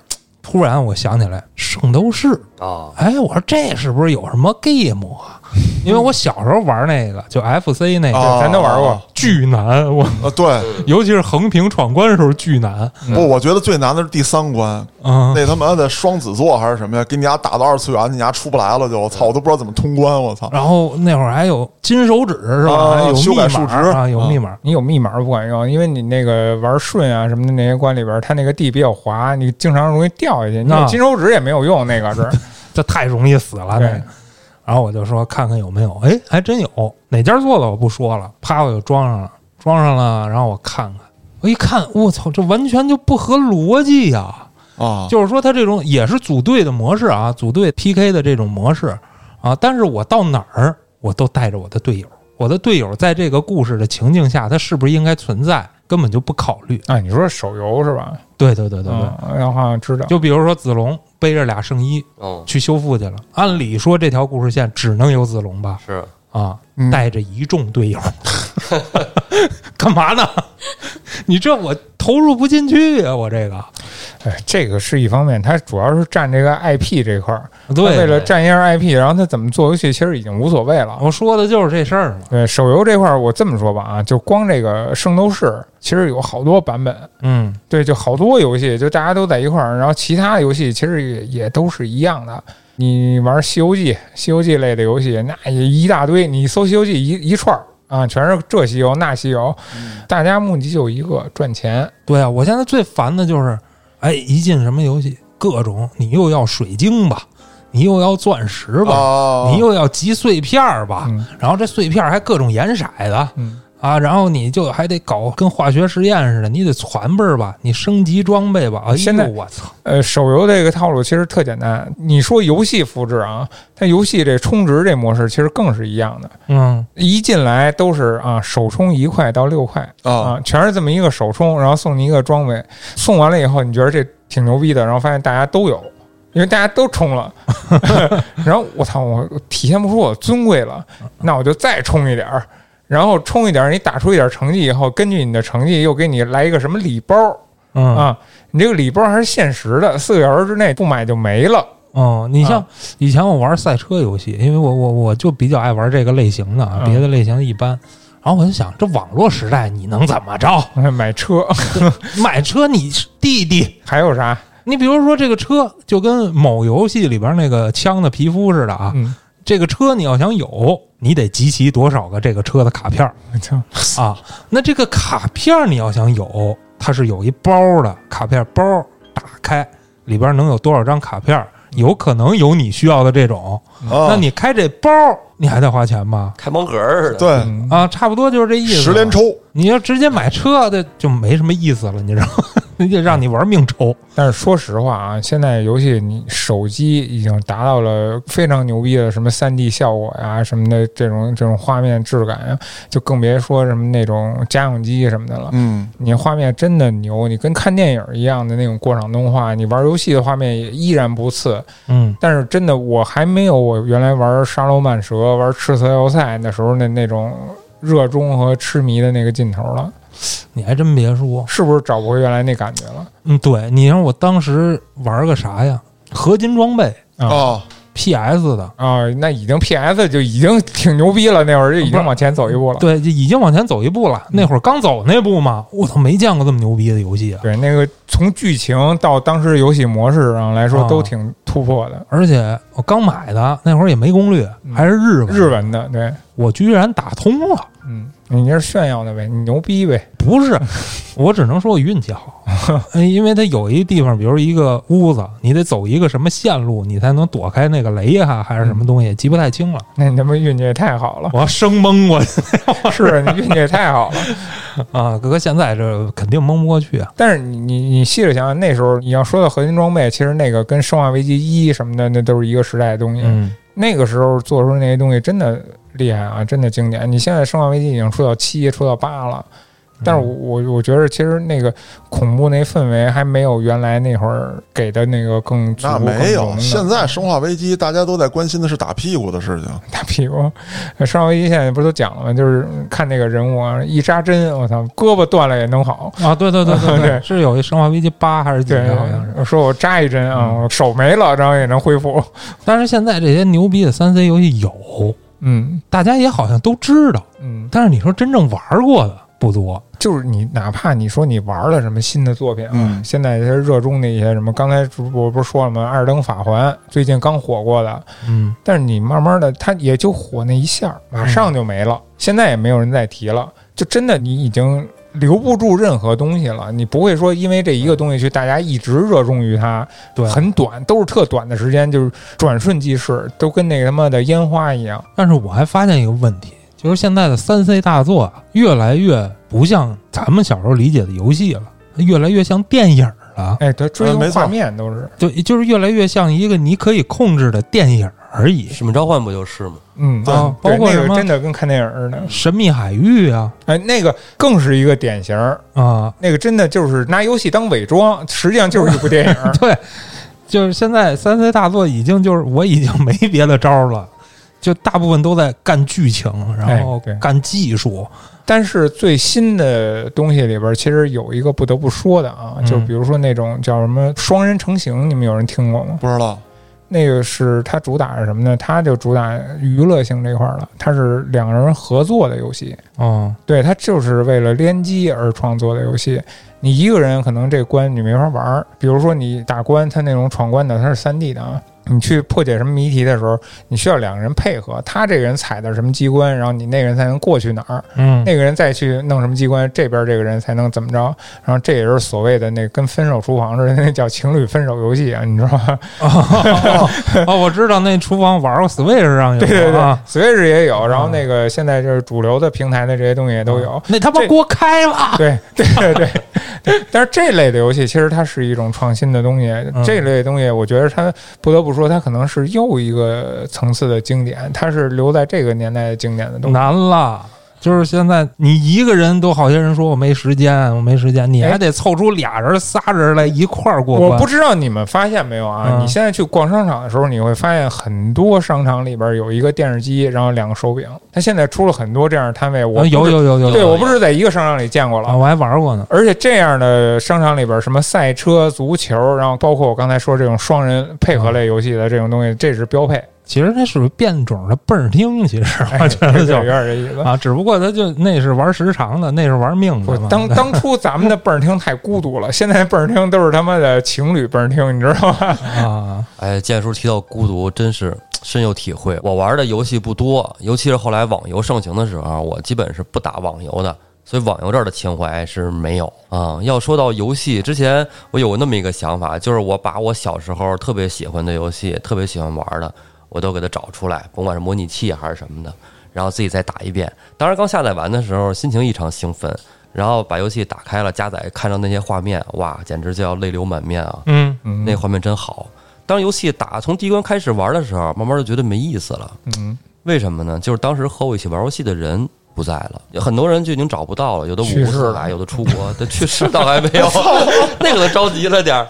B: 突然我想起来《圣斗士》
D: 啊，
B: 哎，我说这是不是有什么 game 啊？因为我小时候玩那个，就 FC 那个、
A: 啊，
C: 咱都玩
B: 哦
C: 过
B: 巨难，我
A: 呃，对，
B: 尤其是横屏闯关的时候巨难。
A: 不，我觉得最难的是第三关，
B: 嗯，
A: 那他妈的双子座还是什么呀？给你俩打到二次元，你俩出不来了就，我操，我都不知道怎么通关，我操！
B: 然后那会儿还有金手指是吧？
A: 啊
B: 还有
A: 修
B: 密
A: 改
B: 码
A: 数值嗯
B: 啊，有密码。
C: 你有密码不管用，因为你那个玩顺啊什么的那些关里边，它那个地比较滑，你经常容易掉下去。你有
B: 啊
C: 金手指也没有用，那个是。
B: 这太容易死了那
C: 对
B: 个。然后我就说看看有没有，哎，还真有，哪家做的我不说了，啪我就装上了，装上了，然后我看看，我一看，我操，这完全就不合逻辑呀、
A: 啊，
B: 就是说它这种也是组队的模式啊，组队 PK 的这种模式啊，但是我到哪儿我都带着我的队友。我的队友在这个故事的情境下，他是不是应该存在，根本就不考虑。
C: 啊，你说手游是吧？
B: 对对对对对，
C: 嗯，然后好像知道，
B: 就比如说子龙背着俩圣衣
D: 嗯，
B: 去修复去了，按理说这条故事线只能有子龙吧？
D: 是
B: 啊，
A: 嗯
B: 带着一众队友，干嘛呢？你这我投入不进去呀、我这个
C: 哎，这个是一方面，它主要是占这个 IP 这块儿，它为
B: 对，
C: 了占一下 IP，然后它怎么做游戏其实已经无所谓了。
B: 我说的就是这事儿嘛。
C: 对手游这块儿，我这么说吧啊，就光这个《圣斗士》，其实有好多版本，
B: 嗯，
C: 对，就好多游戏，就大家都在一块儿，然后其他的游戏其实也也都是一样的。你玩《西游记》《西游记》类的游戏，那也一大堆，你搜《西游记》一一串儿啊，全是这西游那西游，大家目的就一个赚钱。
B: 对啊，我现在最烦的就是，哎，一进什么游戏，各种你又要水晶吧，你又要钻石吧，
A: 啊，
B: 你又要集碎片儿吧，
C: 哦嗯
B: 然后这碎片儿还各种颜色的
C: 嗯，
B: 啊，然后你就还得搞跟化学实验似的，你得传辈儿吧，你升级装备吧，哎
C: 现
B: 呦
C: 在
B: 我操，
C: 呃，手游这个套路其实特简单。你说游戏复制啊，它游戏这充值这模式其实更是一样的。
B: 嗯，
C: 一进来都是啊，首充一块到六块
A: 啊
C: 啊，全是这么一个首充，然后送你一个装备，送完了以后你觉得这挺牛逼的，然后发现大家都有，因为大家都充了， 然后我操，我体现不出我尊贵了，那我就再充一点儿，然后充一点儿，你打出一点儿成绩以后，根据你的成绩又给你来一个什么礼包
B: 嗯
C: 啊，你这个礼包还是限时的，四个小时之内不买就没了。
B: 哦，你像
C: 啊
B: 以前我玩赛车游戏，因为我我我就比较爱玩这个类型的，啊，
C: 嗯
B: 别的类型一般。然后我就想，这网络时代你能怎么着？
C: 买车
B: 买车你是弟弟，
C: 还有啥？
B: 你比如说这个车就跟某游戏里边那个枪的皮肤似的啊，
C: 嗯，
B: 这个车你要想有，你得集齐多少个这个车的卡片儿
C: 我操，
B: 啊？那这个卡片儿你要想有，它是有一包的卡片包，打开里边能有多少张卡片儿？有可能有你需要的这种。
A: 啊
B: 那你开这包，你还得花钱吗？
D: 开盲盒儿似的。
A: 对
C: 嗯
B: 啊，差不多就是这意思。
A: 十连，抽，
B: 你要直接买车的就没什么意思了，你知道吗？ 你得让你玩命抽。
C: 但是说实话啊，现在游戏你手机已经达到了非常牛逼的什么三 D 效果呀、什么的这种这种画面质感呀，就更别说什么那种家用机什么的了。
A: 嗯，
C: 你画面真的牛，你跟看电影一样的那种过场动画，你玩游戏的画面也依然不次。
B: 嗯
C: 但是真的，我还没有我原来玩沙漏曼蛇、玩赤色要塞那时候那那种热衷和痴迷的那个劲头了，
B: 你还真别说，
C: 是不是找不回原来那感觉了？
B: 嗯，对你让我当时玩个啥呀？合金装备
A: 啊，
B: PS 的，
C: 啊、那已经 PS 就已经挺牛逼了，那会儿就已经往前走一步了。
B: 对，就已经往前走一步了。那会儿刚走那步嘛，我操，没见过这么牛逼的游戏啊！
C: 对，那个从剧情到当时游戏模式上来说
B: 啊
C: 都挺突破的，
B: 而且我刚买的那会儿也没攻略，
C: 嗯
B: 还是日文，
C: 日文的，对，
B: 我居然打通了。
C: 嗯，你这是炫耀的呗，你牛逼呗，
B: 不是，我只能说我运气好，哎因为它有一地方，比如一个屋子，你得走一个什么线路，你才能躲开那个雷呀、还是什么东西，记不太清了。，
C: 那你他妈运气也太好了
B: 我要生蒙过去
C: 是你运气也太好了。
B: 啊！哥，现在这肯定蒙不过去啊。
C: 但是你你你细着想想，那时候你要说到合金装备，其实那个跟《生化危机一》什么的，那都是一个时代的东西。
B: 嗯，
C: 那个时候做出那些东西真的厉害啊，真的经典。你现在《生化危机》已经出到七、出到八了，
B: 嗯
C: 但是我我我觉得其实那个恐怖那氛围还没有原来那会儿给的那个更足
A: 那
C: 更
A: 没有
C: 浓，的
A: 现在生化危机大家都在关心的是打屁股的事情，
C: 打屁股，呃生化危机现在不是都讲了吗？就是看那个人物啊，一扎针，我操，胳膊断了也能好。
B: 啊，对对对 对对，
C: 对
B: 是有一《生化危机八》还是几
C: 对
B: 个，好像是。嗯
C: 我说我扎一针啊，我手没了，然后也能恢复。
B: 但是现在这些牛逼的三 C 游戏有，
C: 嗯
B: 大家也好像都知道，
C: 嗯，
B: 但是你说真正玩过的不多。
C: 就是你哪怕你说你玩了什么新的作品啊，
A: 嗯
C: 现在一些热衷的一些什么，刚才主播不是说了吗？《二登法环》最近刚火过的，
B: 嗯，
C: 但是你慢慢的它也就火那一下儿，马上就没了，
B: 嗯
C: 现在也没有人再提了，就真的你已经。留不住任何东西了，你不会说因为这一个东西去大家一直热衷于它，
B: 对。
C: 很短，都是特短的时间，就是转瞬即逝，都跟那个他妈的烟花一样。
B: 但是我还发现一个问题，就是现在的三 C 大作啊，越来越不像咱们小时候理解的游戏了，越来越像电影了。呃
C: 哎，对，追
A: 嗯没
C: 求
A: 错
C: 画面都是，
B: 对，就是越来越像一个你可以控制的电影儿，而已。
D: 使命召唤》不就是吗？
C: 嗯，对
B: 啊，
C: 对
B: 包括
C: 那
B: 什
C: 个
B: 么
C: 真的跟看电影似的。
B: 神秘海域啊
C: 哎，那个更是一个典型儿，
B: 啊，
C: 那个真的就是拿游戏当伪装，实际上就是一部电影。
B: 对，就是现在三 C 大作已经就是我已经没别的招儿了， 就大部分都在干剧情，然后
C: 哎对
B: 干技术。
C: 但是最新的东西里边，其实有一个不得不说的啊，
B: 嗯
C: 就比如说那种叫什么双人成型，你们有人听过吗？
A: 不知道
C: 那个是它主打是什么呢？它就主打娱乐性这块儿了，它是两个人合作的游戏。
B: 嗯
C: 对，它就是为了联机而创作的游戏。你一个人可能这关你没法玩儿，比如说你打关，它那种闯关的，它是三 D 的啊。你去破解什么谜题的时候，你需要两个人配合，他这个人踩的什么机关，然后你那个人才能过去哪儿，
B: 嗯，
C: 那个人再去弄什么机关，这边这个人才能怎么着。然后这也是所谓的那跟分手厨房似的，那 叫情侣分手游戏啊，你知道吗？
B: 哦， 哦我知道那厨房玩过 Switch 上有
C: 对对对
B: 啊，
C: ，Switch 也有，然后那个现在就是主流的平台的这些东西也都有。
B: 那他妈
C: 这
B: 给我开了！
C: 对对对对对，但是这类的游戏其实它是一种创新的东西，
B: 嗯
C: 这类东西我觉得它不得不说，它可能是又一个层次的经典，它是留在这个年代的经典的东西。
B: 难了。就是现在，你一个人都好些人说我没时间，我没时间，你
C: 哎
B: 还得凑出俩人、仨人来一块儿过关。
C: 我不知道你们发现没有啊？
B: 嗯
C: 你现在去逛商场的时候，你会发现很多商场里边有一个电视机，然后两个手柄。它现在出了很多这样的摊位，我
B: 啊，有
C: 不是
B: 有有有，
C: 对
B: 有
C: 我不是在一个商场里见过了
B: 啊，，我还玩过呢。
C: 而且这样的商场里边，什么赛车、足球，然后包括我刚才说这种双人配合类游戏的这种东西，这是标配。
B: 其实那属于变种的倍儿听，其实
C: 哎
B: 我觉得
C: 有
B: 啊就
C: 点有
B: 是
C: 点这意思。
B: 啊，只不过他就那是玩时长的，那是玩命
C: 不
B: 的嘛。
C: 当当初咱们的倍儿厅太孤独了，现在倍儿厅都是他妈的情侣倍儿厅，你知道吗？
B: 啊，
D: 哎，剑叔提到孤独，真是深有体会。我玩的游戏不多，尤其是后来网游盛行的时候啊，我基本是不打网游的，所以网游这儿的情怀是没有啊、要说到游戏，之前我有过那么一个想法，就是我把我小时候特别喜欢的游戏、特别喜欢玩的，我都给它找出来，甭管是模拟器啊还是什么的，然后自己再打一遍。当时刚下载完的时候，心情异常兴奋。然后把游戏打开了，加载，看到那些画面，哇，简直就要泪流满面啊！
B: 嗯，
C: 嗯
D: 那画面真好。当游戏打从第一关开始玩的时候，慢慢就觉得没意思了。
C: 嗯，
D: 为什么呢？就是当时和我一起玩游戏的人不在了，有很多人就已经找不到了，有的五
C: 去
D: 湖
C: 世
D: 四海，有的出国，但去世倒还没 有， 那个都着急了点儿。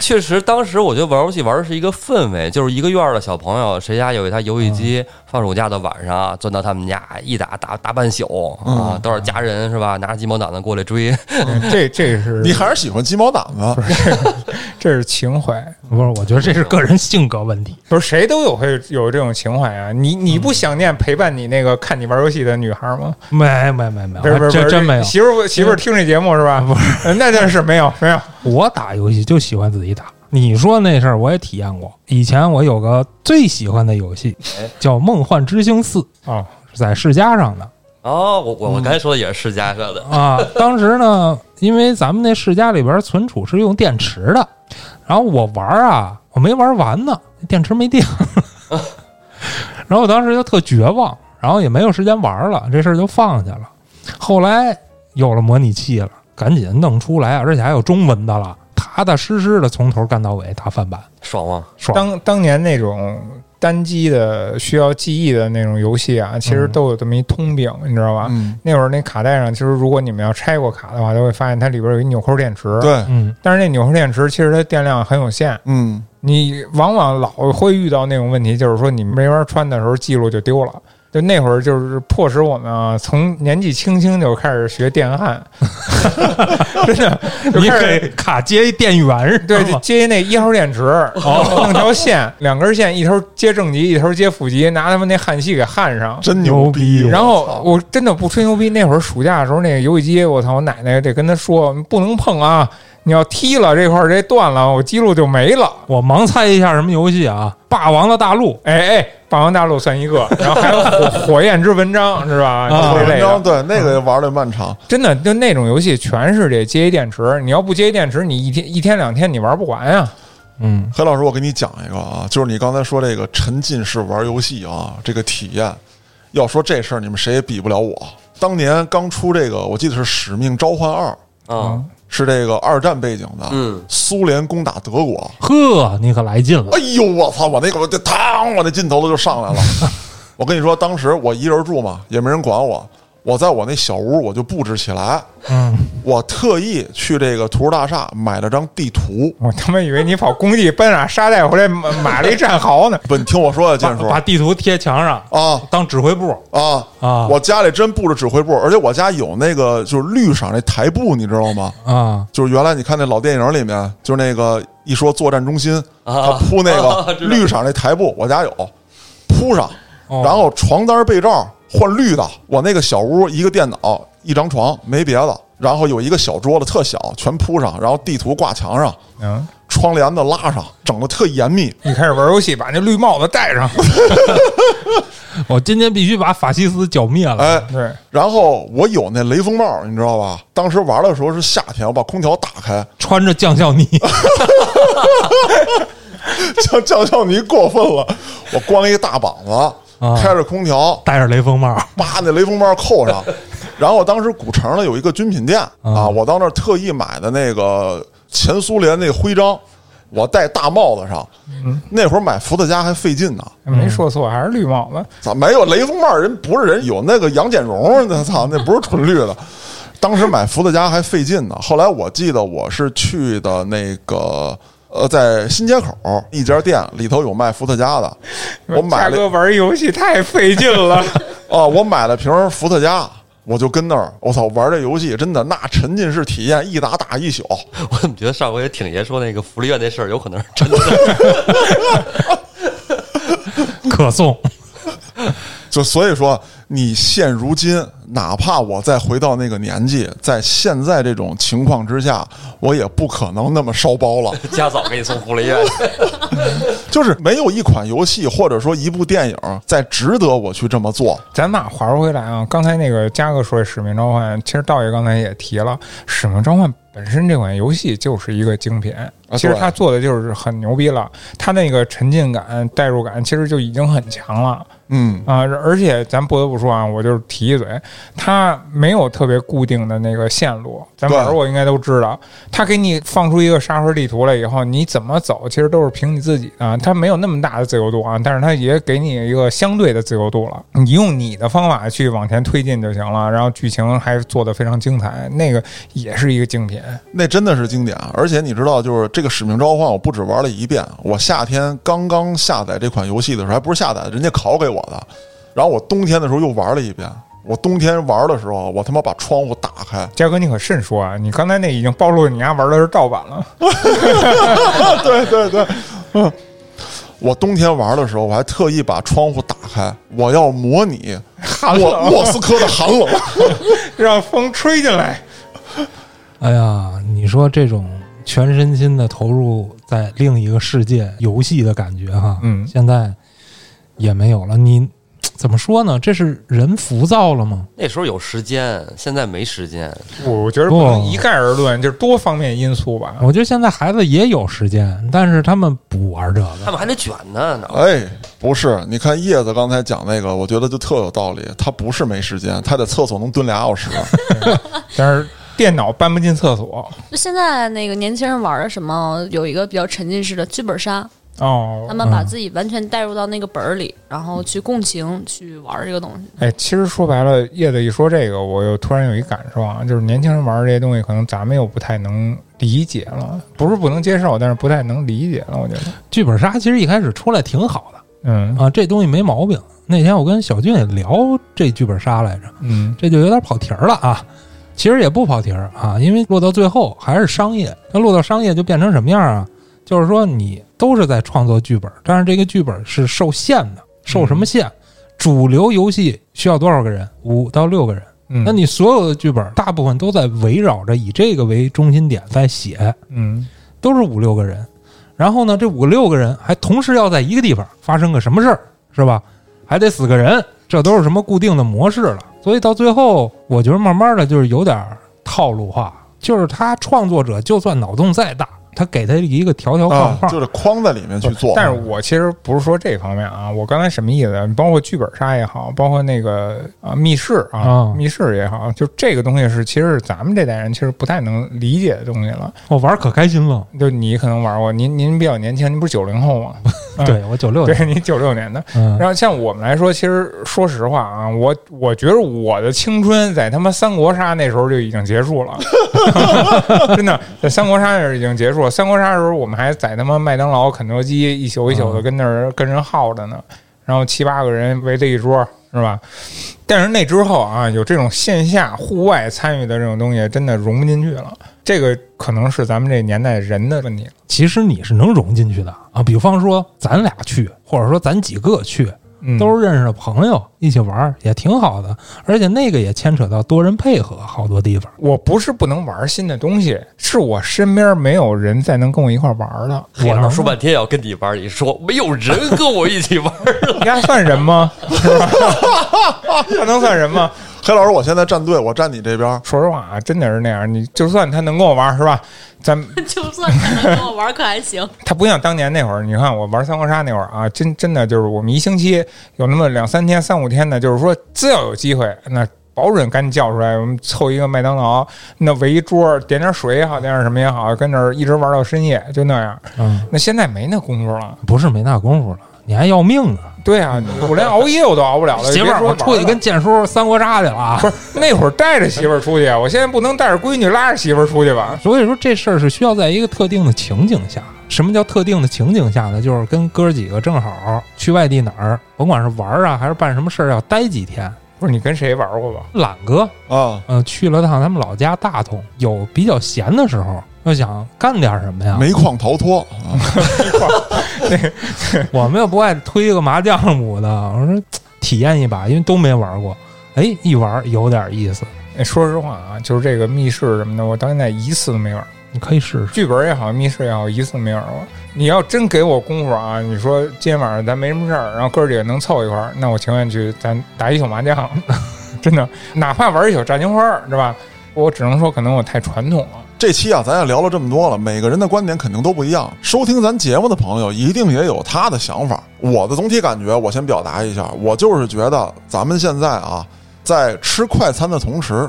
D: 确实，当时我觉得玩游戏玩的是一个氛围，就是一个院儿的小朋友，谁家有一台游戏
C: 嗯
D: 机，放暑假的晚上啊，钻到他们家一打打打半宿
C: 嗯
D: 啊，都是家人是吧？拿着鸡毛掸子过来追，
B: 嗯
C: 这这是
A: 你还是喜欢鸡毛掸子，
C: 这是情怀，
B: 不是，我觉得这是个人性格问题。
C: 不是谁都有会有这种情怀啊！你你
B: 嗯
C: 不想念陪伴你那个看你玩游戏的女孩吗？
B: 没没没没，
C: 不是不
B: 啊
C: 是，不
B: 这
C: 是
B: 真没有。
C: 媳妇儿媳妇儿听这节目是吧？
B: 不
C: 是，那倒是没有没有。
B: 我打游戏就喜欢自己打。你说那事儿我也体验过，以前我有个最喜欢的游戏叫《梦幻之星四》，
C: 哎哦，
B: 是在世嘉上的
D: 哦，我
C: 嗯
D: 我我刚才说的也是世嘉上的，
B: 啊。当时呢，因为咱们那世嘉里边存储是用电池的，然后我玩儿啊，我没玩完呢，电池没电， 然后我当时就特绝望，然后也没有时间玩了，这事儿就放下了。后来有了模拟器了，赶紧弄出来，啊而且还有中文的了，踏踏实实的从头干到尾打翻版。
D: 爽吗？
B: 爽。
C: 当当年那种单机的需要记忆的那种游戏啊，其实都有这么一通病，你知道吧？
A: 嗯，
C: 那会儿那卡带上，其实如果你们要拆过卡的话，都会发现它里边有一纽扣电池。，
A: 对，
B: 嗯，
C: 但是那纽扣电池其实它电量很有限，
A: 嗯，
C: 你往往老会遇到那种问题，就是说你没法穿的时候记录就丢了。就那会儿，就是迫使我们啊，从年纪轻轻就开始学电 焊， 真的，就
B: 你
C: 开始
B: 给卡接一电源是
C: 对，
A: 哦
C: 就
B: 吗？
C: 接一那一号电池，弄条线，两根线，一头接正极，一头接负极，拿他们那焊锡给焊上。
A: 真牛逼！
B: 牛逼
C: 然
A: 哎我
C: 后
A: 操
C: 我真的不吹牛逼，那会儿暑假的时候，那个游戏机，我操，我奶奶得跟他说，不能碰啊！你要踢了这块儿，这断了，我记录就没了。
B: 我盲猜一下什么游戏啊？《霸王的大陆》
C: 哎哎，《霸王大陆》算一个，然后还 有火《火焰之纹章》是吧？
B: 啊
C: 这类
A: 文章
C: 的，
A: 对那个玩的漫长，
C: 真的就那种游戏全是得接一电池，你要不接一电池，你一天一天两天你玩不完啊呀、
B: 嗯，
A: 黑老师，我给你讲一个啊，就是你刚才说这个沉浸式玩游戏啊，这个体验，要说这
C: 嗯
A: 事儿，你们谁也比不了我。当年刚出这个，我记得是《使命召唤二》，《
D: 啊、
A: 是这个二战背景的，
D: 嗯，
A: 苏联攻打德国，
B: 呵，你可来劲了
A: 哎呦我操，我那个我这嘡，我那劲头子就上来了。 我跟你说，当时我一人住嘛，也没人管我，我在我那小屋我就布置起来，
B: 嗯，
A: 我特意去这个图书大厦买了张地图。
C: 我他妈以为你跑工地搬俩沙袋回来买买了一战壕呢。
A: 不，你听我说呀，建叔
B: 把地图贴墙上
A: 啊
B: 当指挥部，
A: 啊
B: 啊
A: 我家里真布置指挥部，而且我家有那个就是绿色那台布，你知道吗？
B: 啊，
A: 就是原来你看那老电影里面，就是那个一说作战中心，他
D: 啊
A: 铺那
D: 啊
A: 个
D: 知道
A: 绿色那台布，我家有，铺上，
B: 哦
A: 然后床单被罩换绿的，我那个小屋一个电脑一张床没别的，然后有一个小桌子特小，全铺上，然后地图挂墙上，
C: 嗯，
A: 窗帘子拉上，整的特严密。
B: 嗯
C: 一开始玩游戏把那绿帽子戴上，
B: 我今天必须把法西斯剿灭了。
A: 哎，
C: 对，
A: 然后我有那雷锋帽，你知道吧？当时玩的时候是夏天，我把空调打开，
B: 穿着将校呢，
A: 叫叫叫你过分了，我光一大膀
B: 啊
A: 子，开着空调，
B: 戴着雷锋 帽，
A: 把那雷锋帽扣上。然后当时古城呢有一个军品店啊，我到那儿特意买的那个前苏联那徽章，我戴大帽子上。那会儿买伏特加还费劲呢，
C: 没说错，还是绿帽子。
A: 咋没有雷锋帽？人不是人，有那个杨戬荣，那操，那不是纯绿的。当时买伏特加还费劲呢。后来我记得我是去的那个呃，在新街口一家店里头有卖伏特加的，我买
C: 大
A: 了
C: 哥玩游戏太费劲了，
A: 啊，我买了瓶伏特加，我就跟那儿，我操，玩这游戏真的那沉浸式体验，一打打一宿。
D: 我怎么觉得上回挺爷说那个福利院那事儿有可能是真的？
B: 可颂。
A: 就所以说，你现如今，哪怕我再回到那个年纪，在现在这种情况之下，我也不可能那么烧包了。
D: 家嫂给你送福利院，
A: 就是没有一款游戏或者说一部电影再值得我去这么做。
C: 咱们俩划回来啊，刚才那个嘉哥说《使命召唤》，其实道爷刚才也提了，《使命召唤》本身这款游戏就是一个精品，其实
A: 对
C: 他做的就是很牛逼了，他那个沉浸感、代入感其实就已经很强了
A: 嗯，
C: 啊、而且咱不得不说啊，我就是提一嘴，他没有特别固定的那个线路，咱
A: 对
C: 玩过应该都知道，他给你放出一个沙盒地图来以后，你怎么走其实都是凭你自己的，他没有那么大的自由度啊，但是他也给你一个相对的自由度了，你用你的方法去往前推进就行了，然后剧情还做得非常精彩，那个也是一个精品。
A: 那真的是经典。而且你知道，就是这个《使命召唤》，我不止玩了一遍。我夏天刚刚下载这款游戏的时候，还不是下载，人家拷给我的。然后我冬天的时候又玩了一遍。我冬天玩的时候，我他妈把窗户打开，
C: 嘉哥，你可慎说啊！你刚才那已经暴露你家玩的是盗版了。
A: 对对对，嗯，我冬天玩的时候，我还特意把窗户打开，我要模拟
C: 寒
A: 莫莫斯科的寒冷。
C: 让风吹进来。
B: 哎呀，你说这种全身心的投入在另一个世界游戏的感觉哈，
C: 嗯
B: 现在也没有了。你怎么说呢？这是人浮躁了吗？
D: 那时候有时间，现在没时间。
C: 我觉得不能一概而论，就是多方面因素吧。
B: 我觉得现在孩子也有时间，但是他们不玩这个。
D: 他们还得卷呢，哪
A: 哎，不是，你看叶子刚才讲那个，我觉得就特有道理。他不是没时间，他在厕所能蹲俩小时。
C: 但是电脑搬不进厕所
E: 就现在那个年轻人玩的什么，有一个比较沉浸式的剧本杀，他
C: 哦。
E: 们把自己完全带入到那个本儿里，然后去共情去玩这个东西。
C: 哎，其实说白了，叶子一说这个，我又突然有一感受啊，就是年轻人玩这些东西，可能咱们又不太能理解了，不是不能接受，但是不太能理解了。我觉得，
B: 剧本杀其实一开始出来挺好的
C: 嗯
B: 啊，这东西没毛病。那天我跟小俊也聊这剧本杀来着，
C: 嗯，
B: 这就有点跑题儿了啊。其实也不跑题儿啊，因为落到最后还是商业。那落到商业就变成什么样啊？就是说你都是在创作剧本，但是这个剧本是受限的，受什么限？主流游戏需要多少个人？五到六个人。
C: 嗯
B: 那你所有的剧本大部分都在围绕着以这个为中心点在写，
C: 嗯
B: 都是五六个人。然后呢，这五六个人还同时要在一个地方发生个什么事儿，是吧？还得死个人，这都是什么固定的模式了。所以到最后，我觉得慢慢的就是有点套路化，就是他创作者就算脑洞再大，他给他一个条条框
A: 啊，
B: 框，
A: 就是框在里面去做。
C: 哦但是我其实不是说这方面啊，我刚才什么意思？包括剧本杀也好，包括那个啊密室啊
B: 啊，
C: 密室也好，就这个东西是其实是咱们这代人其实不太能理解的东西了。
B: 我玩儿可开心了。
C: 就你可能玩过，您您比较年轻，您不是九零后吗？嗯
B: 对哎我九六年，
C: 对你九六年的。
B: 嗯，
C: 然后像我们来说，其实说实话啊，我我觉得我的青春在他妈三国杀那时候就已经结束了，真的，在三国杀那时候已经结束了。三国杀的时候，我们还在他妈麦当劳、肯德基一宿一宿的跟那儿跟人耗着呢，然后七八个人围着一桌，是吧？但是那之后啊，有这种线下户外参与的这种东西，真的融不进去了。这个可能是咱们这年代人的问题了。
B: 其实你是能融进去的啊。比方说咱俩去，或者说咱几个去，
C: 嗯，
B: 都是认识的朋友一起玩儿，也挺好的。而且那个也牵扯到多人配合，好多地方。
C: 我不是不能玩新的东西，是我身边没有人再能跟我一块玩了。
B: 我能
D: 说半天要跟你玩儿，你说没有人跟我一起玩儿，
C: 你还算人吗？ 是吧？他能算人吗？
A: 黑老师，我现在站队，我站你这边，
C: 说实话啊，真的是那样。你就算他能跟我玩，是吧？咱
E: 就算你能跟我玩，可还行。
C: 他不像当年那会儿，你看我玩三国杀那会儿啊，真真的就是我们一星期有那么两三天、三五天的，就是说只要有机会，那保准赶紧叫出来，我们凑一个麦当劳，那围一桌，点点水也好，点点什么也好，跟那儿一直玩到深夜，就那样。
B: 嗯，
C: 那现在没那功夫了。
B: 不是没那功夫了，你还要命呢。
C: 对啊，我连熬夜我都熬不了了。
B: 媳妇
C: 别
B: 儿，
C: 说
B: 我出去
C: 玩了
B: 跟建叔三国杀去了啊
C: 不。是那会儿带着媳妇儿出去，啊我现在不能带着闺女拉着媳妇儿出去吧？
B: 所以说这事儿是需要在一个特定的情景下。什么叫特定的情景下呢？就是跟哥儿几个正好去外地哪儿，甭管是玩儿啊还是办什么事儿，要待几天。
C: 不是你跟谁玩过吧？
B: 懒哥，
A: 啊，
B: 呃，去了趟他们老家大同，有比较闲的时候，就想干点什么呀？
A: 煤矿逃脱啊，
B: 我们又不爱推个麻将什么的， 我说体验一把，因为都没玩过。哎，一玩儿有点意思，
C: 哎说实话啊，就是这个密室什么的，我到现在一次都没玩过。
B: 你可以试试。
C: 剧本也好，密室也好，一次都没玩过。你要真给我功夫啊，你说今天晚上咱没什么事儿，然后哥儿几个能凑一块儿，那我情愿去咱打一宿麻将， 真的，哪怕玩一宿炸金花儿，是吧？我只能说，可能我太传统了。
A: 这期啊，咱也聊了这么多了，每个人的观点肯定都不一样。收听咱节目的朋友一定也有他的想法。我的总体感觉，我先表达一下，我就是觉得咱们现在啊，在吃快餐的同时，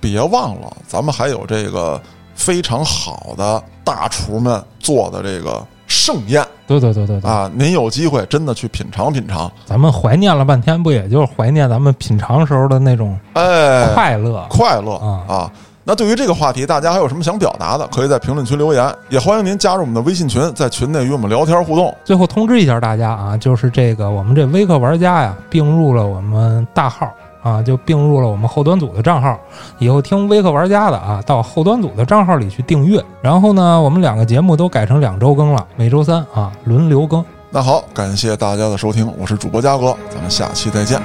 A: 别忘了咱们还有这个非常好的大厨们做的这个盛宴
B: 对对对对对，
A: 啊！您有机会真的去品尝品尝，
B: 咱们怀念了半天，不也就是怀念咱们品尝时候的那种
A: 哎，
B: 快乐？
A: 快乐
B: 啊
A: 啊！那对于这个话题，大家还有什么想表达的，可以在评论区留言，也欢迎您加入我们的微信群，在群内与我们聊天互动。
B: 最后通知一下大家啊，就是这个我们这微课玩家呀，并入了我们大号啊，就并入了我们后端组的账号。以后听微课玩家的啊，到后端组的账号里去订阅。然后呢，我们两个节目都改成两周更了，每周三啊轮流更。
A: 那好，感谢大家的收听，我是主播嘉哥，咱们下期再见，